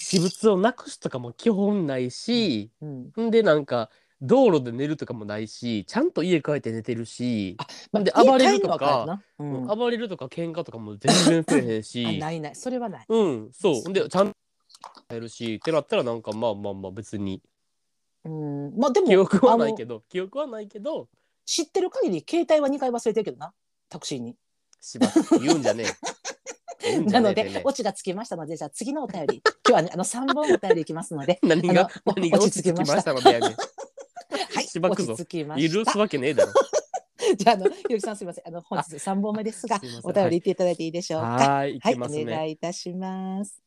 S2: 私物をなくすとかも基本ないし、
S1: うん
S2: ん、でなんか道路で寝るとかもないしちゃんと家帰って寝てるし、
S1: まあ
S2: で暴れると
S1: 家帰んのは
S2: か
S1: 帰るなうんあ
S2: 暴れるとか喧嘩とかも全然せえへん し
S1: ないないそれはない
S2: うんそうでちゃんと帰るしってなったらなんかまあまあまあ別に
S1: うんまあでも
S2: 記憶はない
S1: あの
S2: けど記憶はないけど
S1: 知ってる限り携帯は2回忘れてるけどなタクシーに
S2: しば言うんじゃ ねえ言うんじゃね
S1: なの
S2: えてめ
S1: で
S2: え
S1: オチがつきましたのでじゃあ次のお便り今日はねあの3本お便りいきますので
S2: 何が
S1: あの
S2: 何が落ち着きましたのでやねん
S1: はい、
S2: しばくぞ
S1: 落ち着きま
S2: 許
S1: した
S2: す。わけねえだろ。
S1: じゃあ、あの、ゆうきさん、すみません、あの、本日三本目です が
S2: すいません、
S1: お便り言っていただいていいでしょうか。
S2: はーい、
S1: は
S2: 行
S1: い、
S2: きますね。
S1: お願いいたします。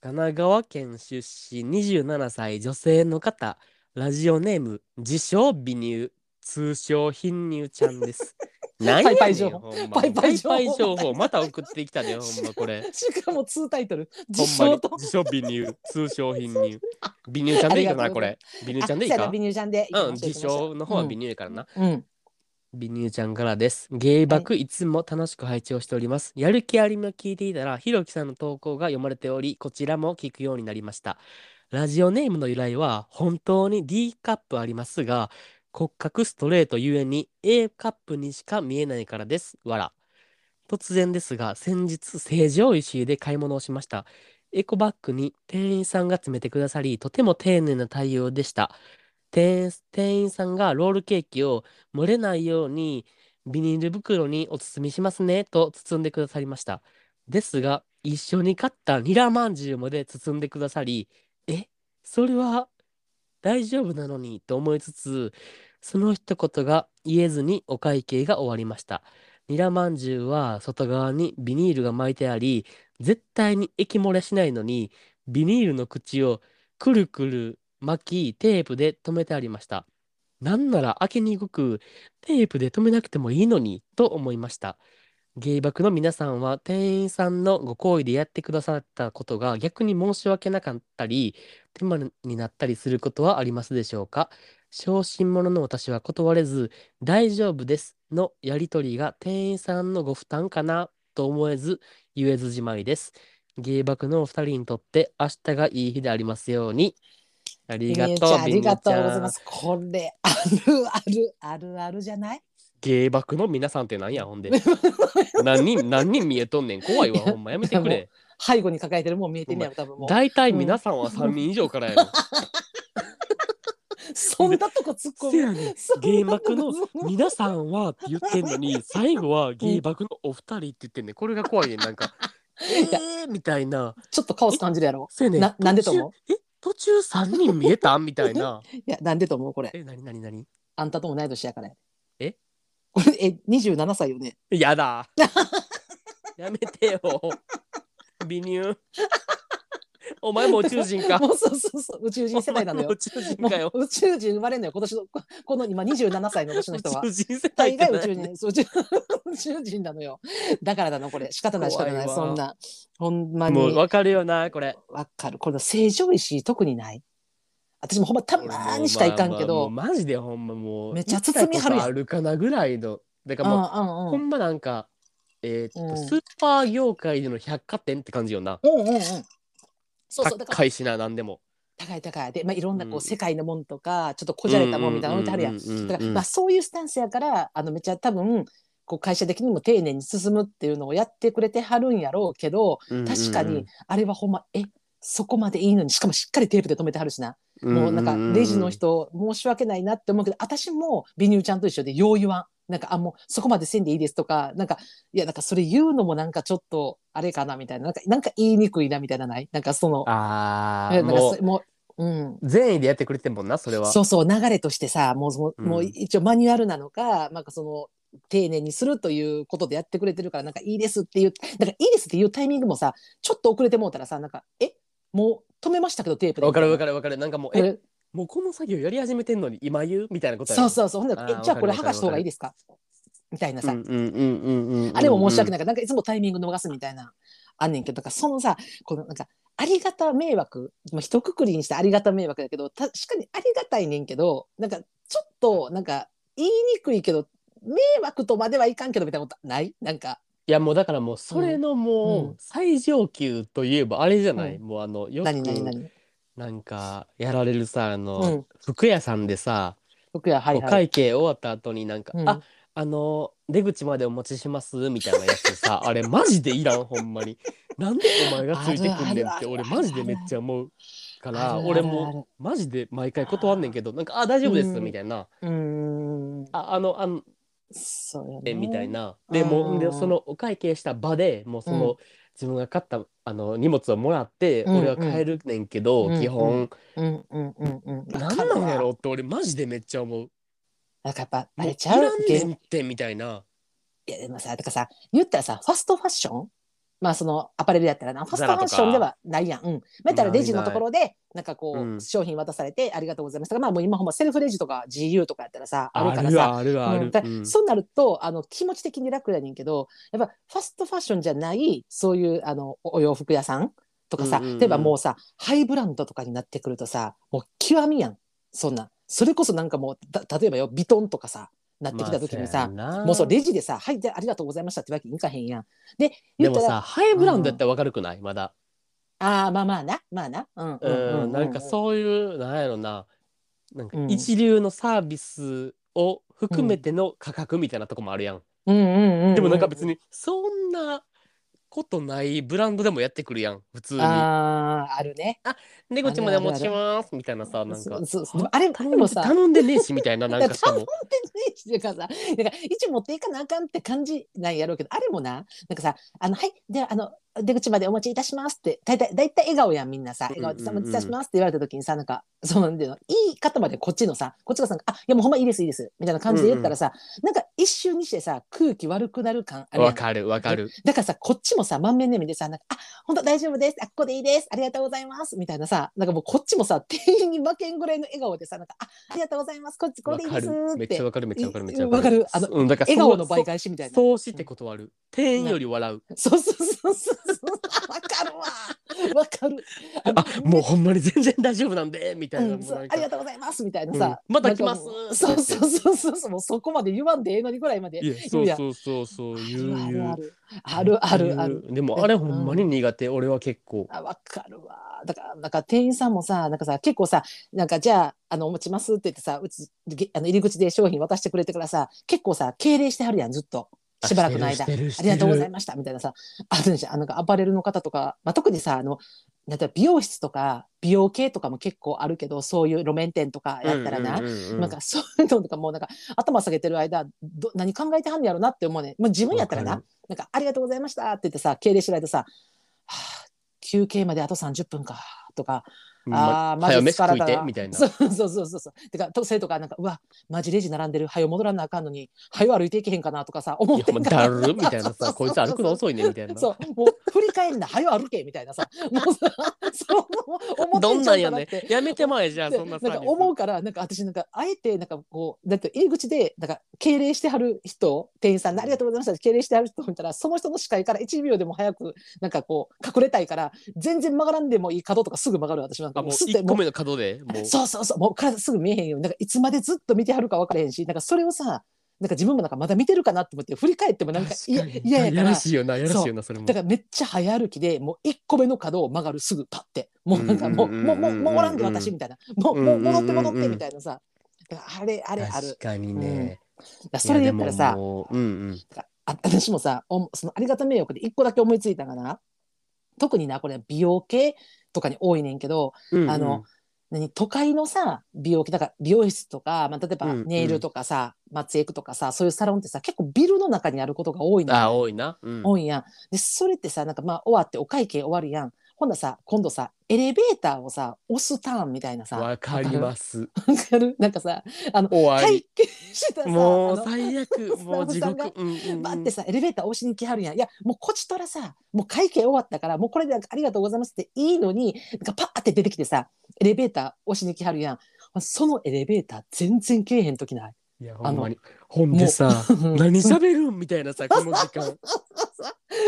S2: 神奈川県出身27歳女性の方、ラジオネーム、自称美乳、通称貧乳ちゃん です。何やねん
S1: パイパイ情報
S2: ほんま
S1: パイパイ情報
S2: パイパイ情報また送ってきたで、ほんまこれ。
S1: しかも、ツータイトル、
S2: ほ
S1: 自
S2: んま
S1: 称
S2: に
S1: と。
S2: 自称美乳、通称 貧乳。美乳ちゃんでいいかな、これ。美乳ちゃんでいい
S1: あそう
S2: か
S1: やな。ビニュージャンで。
S2: うん、自称の方は美
S1: ニ
S2: 乳やからな。
S1: ュー。うん。
S2: 美乳ちゃんからです。芸爆いつも楽しく拝聴しております。やる気ありも聞いていたら、ひろきさんの投稿が読まれており、こちらも聞くようになりました。ラジオネームの由来は、本当に D カップありますが、骨格ストレートゆえに A カップにしか見えないからです。わら。突然ですが、先日、成城石井で買い物をしました。エコバッグに店員さんが詰めてくださり、とても丁寧な対応でした。店員店員さんがロールケーキを漏れないようにビニール袋にお包みしますねと包んでくださりました。ですが、一緒に買ったニラまんじゅうまで包んでくださり、え、それは大丈夫なのにと思いつつ、その一言が言えずにお会計が終わりました。ニラまんじゅうは外側にビニールが巻いてあり、絶対に液漏れしないのに、ビニールの口をくるくる巻き、テープで留めてありました。なんなら開けにくく、テープで留めなくてもいいのに、と思いました。芸爆の皆さんは店員さんのご好意でやってくださったことが逆に申し訳なかったり、手間になったりすることはありますでしょうか小心者の私は断れず、大丈夫ですのやりとりが店員さんのご負担かなと思えず、言えずじまいです。芸爆のお二人にとって明日がいい日でありますように。ありがとう、
S1: あ
S2: み
S1: り
S2: んな
S1: が
S2: ち
S1: とう
S2: ゃ
S1: ございま
S2: ん。
S1: す。これ、あるある、あるあるじゃない
S2: 芸爆の皆さんってなんや、ほんで。何人、何人見えとんねん。怖いわ、ほんま。やめてくれ。
S1: 背後に抱えてるもん見えてんねやろ、多分もう。
S2: 大体皆さんは3人以上からやろ。
S1: そんなとこ突っ込
S2: せや
S1: む。
S2: ねん
S1: そんなとこ
S2: 芸爆の
S1: 突っ込む
S2: 皆さんはって言ってんのに、最後は芸爆のお二人って言ってんねん。これが怖いねん。なんか、えーみたいな。
S1: ちょっとカオス感じるやろ。
S2: せやね
S1: ななんでと思う
S2: 途中え途中3人見えたみたいな。
S1: いや、なんでと思うこれ。
S2: え、なになになに
S1: あんたと同い年やからや。
S2: え
S1: これ、え、27歳よね。
S2: やだ。やめてよ。微乳。お前も宇宙人か。
S1: もうそうそうそう、宇宙人世代なんだ
S2: お前も
S1: よ
S2: 宇。宙人
S1: も
S2: かよ。
S1: う宇宙人生まれんのよ、今年の、ここの今27歳の年の人は。
S2: 宇宙人世代
S1: 大
S2: って
S1: 概
S2: な
S1: 宇
S2: い
S1: 宙人、そう宇宙 宇宙人なのよ。だからなの、これ。仕方ない、仕方ない、
S2: 怖いわ
S1: そんな。ほんま
S2: もう
S1: に。
S2: わかるよな、これ。
S1: わかる。これ、正常石、特にない。私もほんまたまーにしかいかんけ
S2: もう
S1: ど。
S2: マジでほんまもう。
S1: めっちゃ包み張るやん
S2: あるかなぐらいの。だからもう、
S1: あ
S2: ほんまなんか、えーっと、
S1: うん
S2: スーパー業界での百貨店って感じよな。
S1: うんうんうんうんうん。そうそう、だから
S2: 高いしな、なんでも。
S1: 高い高いで、まあ、いろんなこ
S2: うん
S1: う世界のもんとか、ちょっとこじゃれたもんみたいなの置いてあるやん。
S2: うんうんうんうん
S1: だからまあそういうスタンスやからあのめっちゃ多分こう会社的にも丁寧に進むっていうのをやってくれてはるんやろうけど確かにあれはほんまえそこまでいいのにしかもしっかりテープで止めてはるしな、もうなんかレジの人申し訳ないなって思うけど私も美乳ちゃんと一緒でよう言わん。なんかあもうそこまでせんでいいですとかなんかいやなんかそれ言うのもなんかちょっとあれかなみたいななんかなんか言いにくいなみたいなないなんかその
S2: あ
S1: え
S2: あ、
S1: なんか
S2: も
S1: そうもう、うん、
S2: 善意でやってくれてんもんな、それは。
S1: そうそう流れとしてさもうもう,、
S2: うん
S1: もう一応マニュアルなのかなんかその丁寧にするということでやってくれてるからなんかいいですっていうなんかいいですっていうタイミングもさちょっと遅れてもうたらさなんかえもう止めましたけどテープで
S2: わかるわ
S1: る
S2: かるわかる。なんかもう、
S1: こ
S2: え、
S1: れ
S2: もうこの作業やり始めてんのに今言うみたいなことや
S1: そうそうそうほんで
S2: あー
S1: えじゃあこれ
S2: わかるわかる
S1: 剥がした方がいいですかみたいな
S2: う
S1: さ、
S2: んうんうんうんうんうん。
S1: あれも申し訳
S2: ない。
S1: ないからなんかいつもタイミング逃すみたいなあんねんけどだからそのさこのなんかありがた迷惑まあ一括りにしてありがた迷惑だけど確かにありがたいねんけどなんかちょっとなんか言いにくいけど迷惑とまではいかんけどみたいなことないなんか
S2: いやもうだからもうそれの
S1: う
S2: もうん最上級といえばあれじゃない、
S1: う
S2: もうあのよく
S1: 何何何
S2: なんかやられるさあの、
S1: うん
S2: 服屋さんでさ、
S1: 僕やはい
S2: お
S1: はい。
S2: 会計終わった後になんか、
S1: うん
S2: ああの出口までお待ちしますみたいなやつ さあれマジでいらんほんまになんでお前がついてくんねん
S1: ある
S2: っ
S1: あ
S2: て
S1: る
S2: 俺マジでめっちゃ思うか
S1: ある
S2: ら
S1: ある
S2: 俺
S1: ある
S2: もマジで毎回断んねんけどなんか「あ大丈夫です」
S1: うん
S2: みたいな
S1: うーん
S2: 「ああのあの
S1: そうよね
S2: え」みたいなでも
S1: うん
S2: うでそのお会計した場でもうその、
S1: う
S2: 自分が買ったあの荷物をもらって
S1: うん
S2: 俺は帰るねんけど、
S1: うん
S2: 基本、
S1: うんうんうんうん。
S2: なん、何なんやろって俺マジでめっちゃ思う。
S1: なんかやっぱあ
S2: もう
S1: れ
S2: い
S1: ちゃう
S2: らんねんってみたいな。
S1: いやでもさ、だからさ、言ったらさ、ファストファッションまあそのアパレルやったらな、ファストファッションではないやん。うん。またらレジのところで、なんかこう、
S2: うん
S1: 商品渡されてありがとうございましたが、まあもう今ほんまセルフレジとか GU とかやったらさ、あるからさ。
S2: あるあ
S1: う
S2: る
S1: んだ
S2: あ
S1: か
S2: る。
S1: ら
S2: うん
S1: そうなるとあの気持ち的に楽やねんけどやっぱファストファッションじゃないそういうあのおお洋服屋さんとかさ、
S2: うんうんうん
S1: 例えばもうさハイブランドとかになってくるとさもう極みやんそんなそれこそなんかもうた例えばよビトンとかさなってきた時にさ、
S2: まあやな
S1: もうそうレジでさ「はいでありがとうございました」ってわけにいかへんやん。で
S2: で
S1: 言っ
S2: も
S1: たら
S2: さ、ハイブランドやったらわかるくないまだ。
S1: ああまあまあなまあな。うんう
S2: うん
S1: うん
S2: ん、なんかそういう、なんやろな、なんか
S1: うん
S2: 一流のサービスを含めての価格みたいなとこもあるやん。
S1: うんうんうんうんうん
S2: でもなんか別に、そんなことないブランドでもやってくるやん、普通に。
S1: あああるね。
S2: 出口までお持ちしますみたいなさ、なんか
S1: そう。そうそうでもあれ
S2: 頼んで
S1: でもさ
S2: 頼んでねえしみたいな、なんかしか も。
S1: ってかさ、なんか一応持っていかなあかんって感じなんやろうけど、あれもな、なんかさ、あの、はい、では、あの、出口までお持ちいたしますって、大体、大体笑顔やん、みんなさ、笑顔でさ、
S2: うん
S1: お
S2: うんうん
S1: 持ちいたしますって言われた時にさ、なんか、そのなんていうの、言い方までこっちのさ、こっちがさ、あ、いやもうほんまいいです、いいです、みたいな感じで言ったらさ、なんか一瞬にしてさ、空気悪くなる感あるや
S2: わ
S1: ん。
S2: かるわかる。
S1: だからさ、こっちもさ、満面の笑みでさ、なんか、あ、本当大丈夫です。あ、ここでいいです。ありがとうございます。みたいなさ、なんかもうこっちもさ、 店員に負けんぐらいの笑顔でさ、なんか、あ、ありがとうございます。こっち、こ
S2: わ
S1: れでいい
S2: か
S1: です
S2: る。め
S1: っ
S2: っち
S1: て
S2: ゃ。わかるめっちゃわかるめっちゃ
S1: わかるあの
S2: うんだから
S1: 笑顔の倍
S2: そ
S1: 返しみたいな。
S2: そうして断る。店員より笑う。
S1: そうそうそうそう。わかるわ。わかる。
S2: あ、もうほんまに全然大丈夫なんで、みたいな。
S1: うん
S2: もう
S1: そう
S2: なん
S1: あ
S2: か
S1: りがとうございますみたいなさ、
S2: うんまた来ます
S1: なんかもうそうそうそうそうもうそこまで言わんでええのにぐらいまで
S2: いや、そうそうそうそう、言う言う。
S1: あるあるあるあるある
S2: 言う。でもあれほんまに苦手、俺は結構。
S1: あわかるわだからなんか店員さんもさなんかさ結構さなんかじゃああのお持ちますって言ってさうちげあの入り口で商品渡してくれてからさ結構さ敬礼してはるやんずっとしばらくの間
S2: あしてるし
S1: あ
S2: てる
S1: りがとうございましたみたいなさあるじゃんあのなんかアパレルの方とか、まあ、特にさあのなんていうの美容室とか美容系とかも結構あるけどそういう路面店とかやったらな、
S2: うんうんうんうん
S1: なんかそういうのとかもうなんか頭下げてる間ど何考えてはんねやろなって思うねもう自分やったら
S2: わ
S1: な
S2: か
S1: なんか「ありがとうございました」って言ってさ敬礼してる間さ、はあ休憩まであと30分か」とか「
S2: ま
S1: あーマジ
S2: 早飯
S1: 疲
S2: 食
S1: れ
S2: い
S1: た
S2: て
S1: な」
S2: みたいな
S1: そうそうそうそうそうてかと生徒がなんか「うわマジレジ並んでる早戻らなあかんのに早歩いていけへんかな」とかさ思
S2: い
S1: っ
S2: や
S1: て
S2: もうんだ
S1: かな
S2: るみたいなさこいつ歩くの遅いねみたいな
S1: そうもう振り返んな早歩けみたいなさもうさそう思って
S2: どんなんや
S1: ちゃうかな
S2: ね
S1: って
S2: やめてまえじゃあ
S1: で
S2: そんなサ
S1: な
S2: ー
S1: んか
S2: ビス
S1: 思うからなんか私なんかあえてなんかこうだって入り口でなんか敬礼してはる人店員さんにありがとうございましたって敬礼してはる人を見たらその人の視界から1秒でも早くなんかこう隠れたいから全然曲がらんでもいい角とかすぐ曲がる私なんか
S2: あも
S1: もう
S2: う
S1: すって
S2: 1
S1: も
S2: 個
S1: う
S2: 目の角でもう
S1: そうそうそうもう体すぐ見えへんようになんかいつまでずっと見てはるか分からへんしなんかそれをさなんか自分もなんかまだ見てるかなって思って振り返ってもなんか
S2: 確か
S1: いや
S2: に
S1: いやや
S2: や
S1: からら
S2: しいよなやらしいよなそれも
S1: だからめっちゃ早歩きでもう1個目の角を曲がるすぐパッてもうなんかもう
S2: うんうんうん
S1: もうもうもうおらんで
S2: うんうん
S1: 私みたいなもう
S2: うん
S1: もう
S2: うんうん
S1: 戻って戻ってみたいなさだからあれあれある
S2: 確かにね
S1: だからそれで言ったら
S2: いや
S1: さ
S2: でももううん
S1: あ私もさおそのありがた迷惑で1個だけ思いついたかな特になこれ美容系とかに多いねんけど
S2: うんうん
S1: あの何都会のさ美容系だから美容室とか、まあ、例えば
S2: うんうん
S1: ネイルとかさ、松江区とかさそういうサロンってさ結構ビルの中にあることが多いのよ
S2: あ多いなうん
S1: 多いやん。でそれってさなんかまあ終わってお会計終わるやん。ほんなさ今度さエレベーターをさ押すターンみたいなさわ
S2: わかります
S1: かる なんかさ
S2: 終わ
S1: 会
S2: り
S1: 計してたさ
S2: も
S1: あ
S2: う
S1: の
S2: 最悪もう地
S1: スタッフさん
S2: 獄
S1: が
S2: うんうんうん
S1: バってさエレベーター押しに来はるやんいやもうこちとらさもう会計終わったからもうこれでなんかありがとうございますっていいのになんかパッて出てきてさエレベーター押しに来はるやんそのエレベーター全然けえへん時ない
S2: いや
S1: あ
S2: ほん
S1: の
S2: まにほんでさ何喋るんみたいなさこの時 間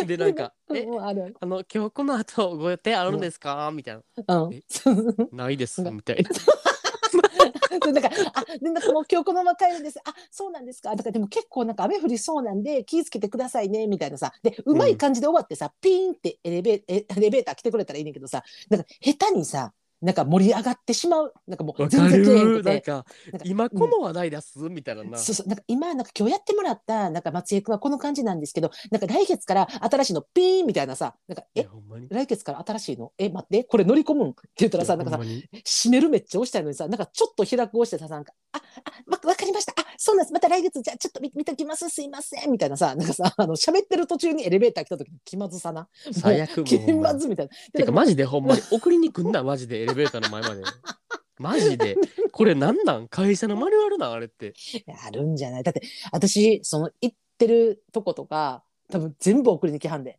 S2: でなんか「え
S1: うんある
S2: あの今日この後ご予定あるんですか?」みたいな
S1: ある
S2: え
S1: うん
S2: 「ないです」みたいな
S1: でなんか、あ、で、なんかもう今日このまま帰るんです。あ、そうなんですか。だからでも結構なんか雨降りそうなんで気をつけてくださいね、みたいなさ。で、うまい感じで終わってさ、ピーンってエレベエエレベーター来てくれたらいいねんけどさ、なんか下手にさ、なんか盛り上がってしまう。なんかもう
S2: わか
S1: 全然来えへん
S2: る
S1: く
S2: なん
S1: て。
S2: か
S1: なんか
S2: 今この話題出すみたいなな
S1: そうそうなんか今なんか今日やってもらったなんか松江君はこの感じなんですけどなんか来月から新しいのピーンみたいなさなんか
S2: い
S1: え
S2: やほんまに
S1: 来月から新しいのえ待ってこれ乗り込むんって言ったらさなんかさ
S2: ほんまに
S1: 閉めるめっちゃ押したいのにさなんかちょっと開く押してさなんか「ああわわかりましたあそうなんですまた来月じゃあちょっと見見ときますすいません」みたいなさなんかさ あの喋ってる途中にエレベーター来た時に気まずさな
S2: 最悪もう
S1: 気
S2: ほんま
S1: ま
S2: に
S1: ずみたいな
S2: てかマジでほんまに送りに来んなマジでエレベーターの前ま でマジでこれなんなん会社のマニュアルなんあれって
S1: あるんじゃないだって私その行ってるとことか多分全部送りに来はんで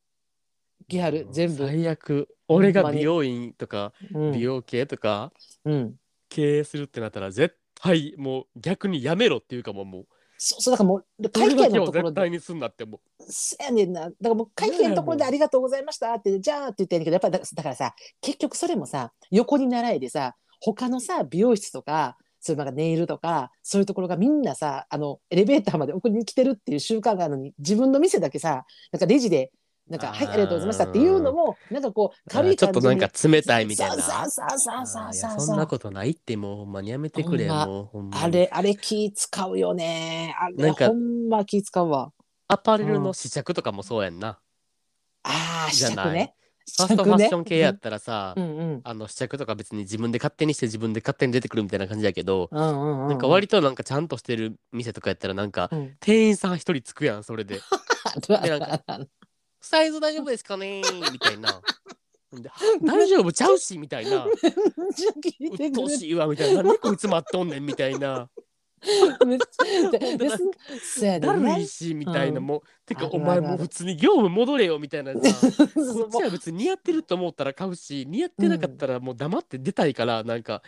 S1: 来はる全部、
S2: 最悪俺
S1: ほん
S2: が
S1: まに
S2: 美容院とか
S1: うん
S2: 美容系とか
S1: うん、
S2: 経営するってなったら絶対もう逆にやめろっていうかもうもう
S1: そうそうだからもう
S2: それ
S1: 会
S2: だ
S1: 計
S2: け
S1: の
S2: は
S1: ところ
S2: 絶
S1: で
S2: 対にすんなっても
S1: そやねんな。だからもう会計のところでありがとうございましたって、じゃあって言ってんねんけど、やっぱだだからさ、結局それもさ、横に習いでさ、他のさ、美容室とか、そういうなんかネイルとか、そういうところがみんなさ、あの、エレベーターまで送りに来てるっていう習慣があるのに、自分の店だけさ、なんかレジで、なんか、
S2: あー
S1: はい、ありがとうございましたっていうのも、なんかこう、
S2: う
S1: 軽い感じに
S2: ちょっとなんか冷たいみたいな
S1: さあさあさあさ
S2: あ
S1: あ
S2: ーい
S1: さ
S2: や
S1: あ
S2: そ
S1: さ
S2: んな
S1: あ。
S2: ことないってもうほんまにやめてくれ
S1: ほんま
S2: もうほんまに
S1: あれ、あれ気使うよね。あ
S2: な
S1: れ、
S2: んか
S1: ほんま気使うわ。
S2: アパレルの試着とかもそうやんな
S1: ああ、
S2: じ
S1: 試
S2: ゃない
S1: 着ね。
S2: ファストファッション系やったらさ、
S1: うんうん。
S2: あの試着とか別に自分で勝手にして自分で勝手に出てくるみたいな感じだけど、
S1: うんうんうん、
S2: なんか割となんかちゃんとしてる店とかやったらなんか
S1: うん
S2: 店員さん一人つくやんそれ ででなんか
S1: ある
S2: 「サイズ大丈夫ですかね?」みたいな「 で大丈夫ちゃうし」みたいな「
S1: 聞い
S2: う
S1: て
S2: っ
S1: く
S2: とう
S1: れ
S2: しいわ」みたいな「なんでこいつ待っとんねん」みたいな
S1: てめっちゃそうや
S2: 「
S1: で
S2: だる
S1: ね
S2: いし」みたいな
S1: うん
S2: もう「てか
S1: あるあ
S2: お
S1: る
S2: 前もう普通に業務戻れよ」みたいなさこっちは別に似合ってると思ったら買うし似合ってなかったらもう黙って出たいからなんか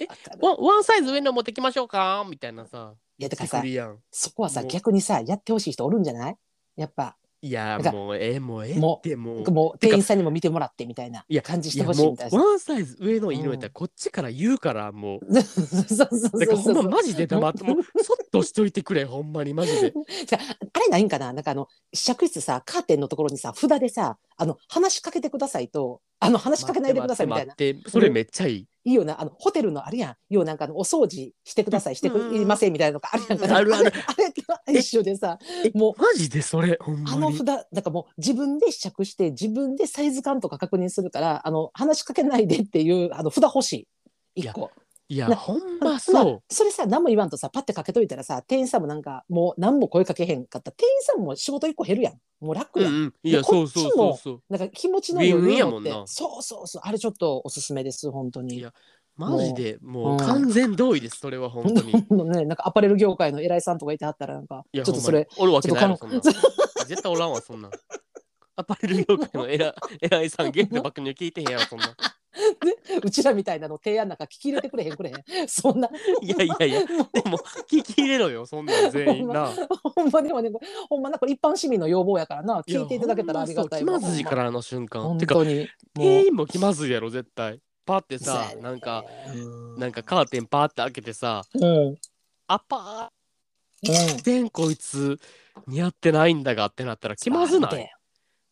S2: え「ワンワンサイズ上の持ってきましょうか」みたいなさ。
S1: いやだから
S2: 作
S1: さ
S2: りやん。
S1: そこはさ
S2: もう
S1: 逆にさやってほしい人おるんじゃないやっぱ
S2: いや
S1: なんか
S2: もうええもうええ
S1: もう
S2: ってもう
S1: もう店員さんにも見てもらってみたいない
S2: や
S1: 感じし
S2: い
S1: て
S2: や
S1: ほしい
S2: も
S1: みたいな
S2: うワンサイズ上の色やったらこっちから言うからもう。
S1: そうそうそう
S2: だから
S1: そ
S2: ほ
S1: うんそ
S2: ま
S1: う
S2: マジで黙ってもうそっとしといてくれほんまにマジ で。
S1: じゃああれないんかななんかあの試着室さカーテンのところにさ札でさあの話しかけてくださいとあの話しかけないでくださいみたいな
S2: 待って待ってそれめっちゃいい。
S1: いいよなあのホテルのあるやんようなんかあのお掃除してくださいしてくれませんみたいなのがあるやんか
S2: うんあるある
S1: あれあれ一緒でさもう
S2: マジでそれほん
S1: あ
S2: ま
S1: の
S2: に
S1: 札。なんかもう自分で試着して自分でサイズ感とか確認するからあの話しかけないでっていうあの札欲しい
S2: い
S1: 一
S2: や
S1: 個
S2: いや
S1: な
S2: ほんま
S1: まあ
S2: そ
S1: それさ何も言わんとさパッてかけといたらさ店員さんもなんかもう何も声かけへんかったら店員さんも仕事一個減るやんもう楽
S2: う。う
S1: や
S2: ん
S1: ん、
S2: うんい
S1: で
S2: や
S1: こ
S2: そ
S1: っ
S2: う
S1: ち
S2: そうそ
S1: も
S2: うそう。
S1: なんか気持ちの余裕を持って
S2: ウィンウィンやもんな
S1: そうそうそうあれちょっとおすすめです本当
S2: い
S1: に
S2: やマジでも
S1: う
S2: うん完全同意ですそれは本当に。 い
S1: ねなんかアパレル業界の偉いさんとかいてはったらなんかちょ
S2: や
S1: っとそれ
S2: ほんまにおるわけないやろ
S1: ち
S2: そ
S1: ょ
S2: ん
S1: っ
S2: なん
S1: と
S2: 絶対おらんわそんなん。アパレル業界の偉偉いさんゲームバックに聞いてへんやろそんなん。
S1: うちらみたいなの提案なんか聞き入れてくれへんくれへん そんない
S2: やいやいやでも聞き入れろよそんなん全員な。
S1: ほんまでもねほんまなこれ一般市民の要望やからな聞いていただけたらありがたい
S2: や
S1: わ
S2: ほんまそう気まずいからあの瞬間。
S1: 本
S2: てか
S1: 当に
S2: 店員も気まずいやろ絶対。パってさなんか
S1: な
S2: なんかカーテンパーって開けてさ
S1: うんうん
S2: アパー全こいつ似合ってないんだがってなったら気まずないっ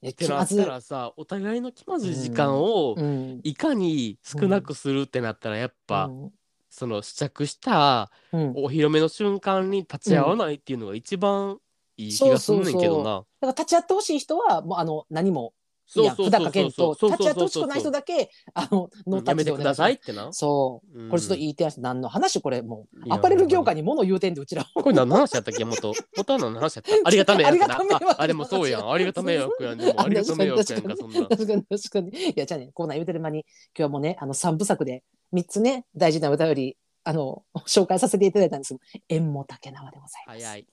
S1: いや
S2: て
S1: 気
S2: な
S1: ま
S2: っ
S1: ずい
S2: たらさお互いの気まずい時間を
S1: うん
S2: いかに少なくするってなったらやっぱ、
S1: うん
S2: その試着した
S1: うん
S2: お披露目の瞬間に立ち会わないっていうのが一番いい気がすんねんけどな。
S1: だから立ち会ってほしい人はもうあの何もい
S2: そ
S1: や
S2: うそう
S1: 札
S2: そうそうそうんそ
S1: かけと
S2: う
S1: 立ち会ってほしくない人
S2: そう
S1: だけあのノータ
S2: や
S1: ッチ
S2: め
S1: で
S2: て
S1: お
S2: く
S1: 願
S2: だ
S1: いしま
S2: さい
S1: す
S2: ってな。
S1: そう
S2: うん
S1: これちょっと言い手やし何の話これも
S2: いうや
S1: アパレル業界に物言うてんでうちら
S2: これ何の話やったっけ元元は何の話やったありがためやんかな
S1: ありがた迷惑の話
S2: ああでもそうやんありがた迷惑やんでもありがた迷惑やんかそんな
S1: 確かに確かに。いやじゃあねコーナー言うてる間に今日はもうねあの三部作で三つね大事なお便りあの紹介させていただいたんですけど縁も竹縄でございます。
S2: 早い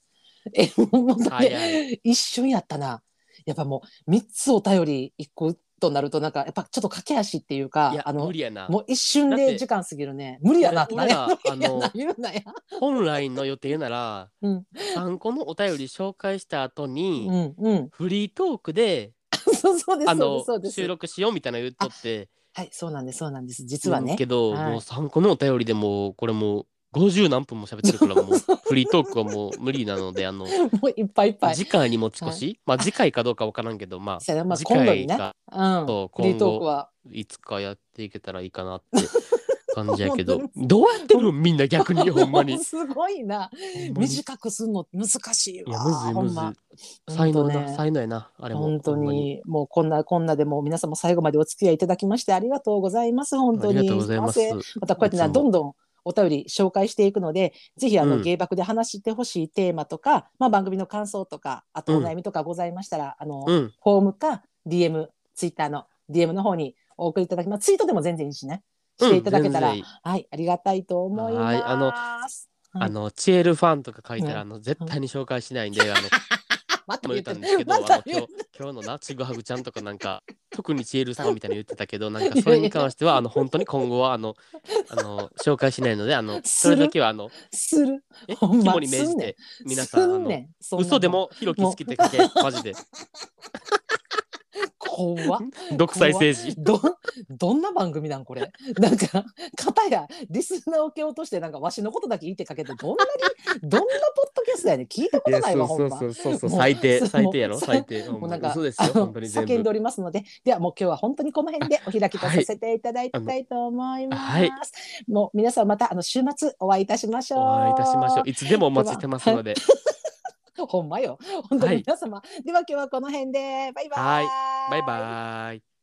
S1: 縁も竹縄
S2: 早
S1: 一瞬やったな。やっぱもう三つお便り一個となるとなんかやっぱちょっと駆け足っていうか
S2: いや
S1: あの
S2: 無理やな
S1: もう一瞬
S2: だっ
S1: で
S2: て
S1: 時間過ぎるね無理やなって
S2: 俺らあ
S1: 言うな
S2: の
S1: 言うなや。
S2: 本来の予定なら
S1: うん
S2: 3個のお便り紹介した後に、
S1: うんうん。
S2: フリートークで
S1: そうそうです
S2: あ
S1: そうで
S2: の
S1: すそうです
S2: 収。録しようみたいな言っとって
S1: はいそうなんですそうなんです実はね
S2: け。ど、
S1: はい
S2: もう3個のお便りでもうこれもう50何分も喋ってる からもうフリートークはもう無理なのであの
S1: もういっぱいいっぱい。
S2: 次回に持ち越し、まあ次回かどうかわからんけどまあ
S1: そうやなまあ
S2: 次
S1: 今度に
S2: 回
S1: ね。
S2: か
S1: うん。
S2: そう
S1: フリートークは。
S2: いつかやっていけたらいいかなって感じやけ どどうやってるのみんな逆にほんまに。
S1: すごいな。
S2: ほんまにい
S1: 短くすんの難しいわ。
S2: やむずい
S1: ほ
S2: む
S1: ん
S2: ず
S1: ま
S2: い。才能
S1: ほんと
S2: な
S1: ね
S2: 才能やなあれも。
S1: 本当
S2: ほんま
S1: にもうこんなこんなでもう皆さんも最後までお付き合いいただきましてありがとうございます本当
S2: あ
S1: に
S2: りがとうございます
S1: すま。せんまたこうやってない
S2: つも
S1: どんどんお便り紹介していくのでぜひあの、
S2: うん
S1: 芸爆で話してほしいテーマとか、まあ、番組の感想とかあとお悩みとかございましたら、あの、
S2: うん。
S1: フォームか DM ツイッターの DM の方にお送りいただきますツイートでも全然いいしねしていただけたら、
S2: うん全然
S1: はいありがたいと思います
S2: はいあの
S1: はい
S2: あのチエルファンとか書いた
S1: うん
S2: らあの絶対に紹介しないんであの
S1: また
S2: も
S1: 言
S2: 言
S1: っ
S2: ってた
S1: る
S2: んですけどあ
S1: また
S2: の
S1: 言
S2: 今
S1: っ
S2: 日今日のなちぐはぐちゃんとかなんか特にチエルさんみたいに言ってたけどなんかそれに関してはあの本当に今後はあのあの紹介しないのであ のそれだけはあの
S1: する
S2: え
S1: ほんま
S2: 肝に銘
S1: す
S2: じ
S1: んねん
S2: て皆さんあの
S1: すねそんなの
S2: 嘘でもひろき好きって書け マジで
S1: 怖っ
S2: 独裁政治
S1: どどんな番組なんこれなんか片やリスナーを蹴落としてなんかわしのことだけ言ってかけてどんな にどんなポッドキャストやねん聞いたこ
S2: い
S1: と
S2: や
S1: ない
S2: そ
S1: わ
S2: う
S1: ほ
S2: そ
S1: ん
S2: う
S1: ま
S2: そうそう
S1: もう
S2: 最低
S1: そう
S2: 最低やろ
S1: もう
S2: 最低
S1: も
S2: も
S1: うなんか
S2: 嘘です
S1: あ
S2: よ
S1: の
S2: 本当に全
S1: 叫んで
S2: 部
S1: おりますのでではもう今日は本当にこの辺でお開きとさせていただきたいと思います、
S2: はい
S1: もう皆さんまたあの週末お会いいたしましょう
S2: お会いいたしましょういつでもお待ちしてますので
S1: ほんまよ本当
S2: は
S1: に
S2: い
S1: 皆様、では今日はこの辺でバイバイ
S2: はいバイバーイ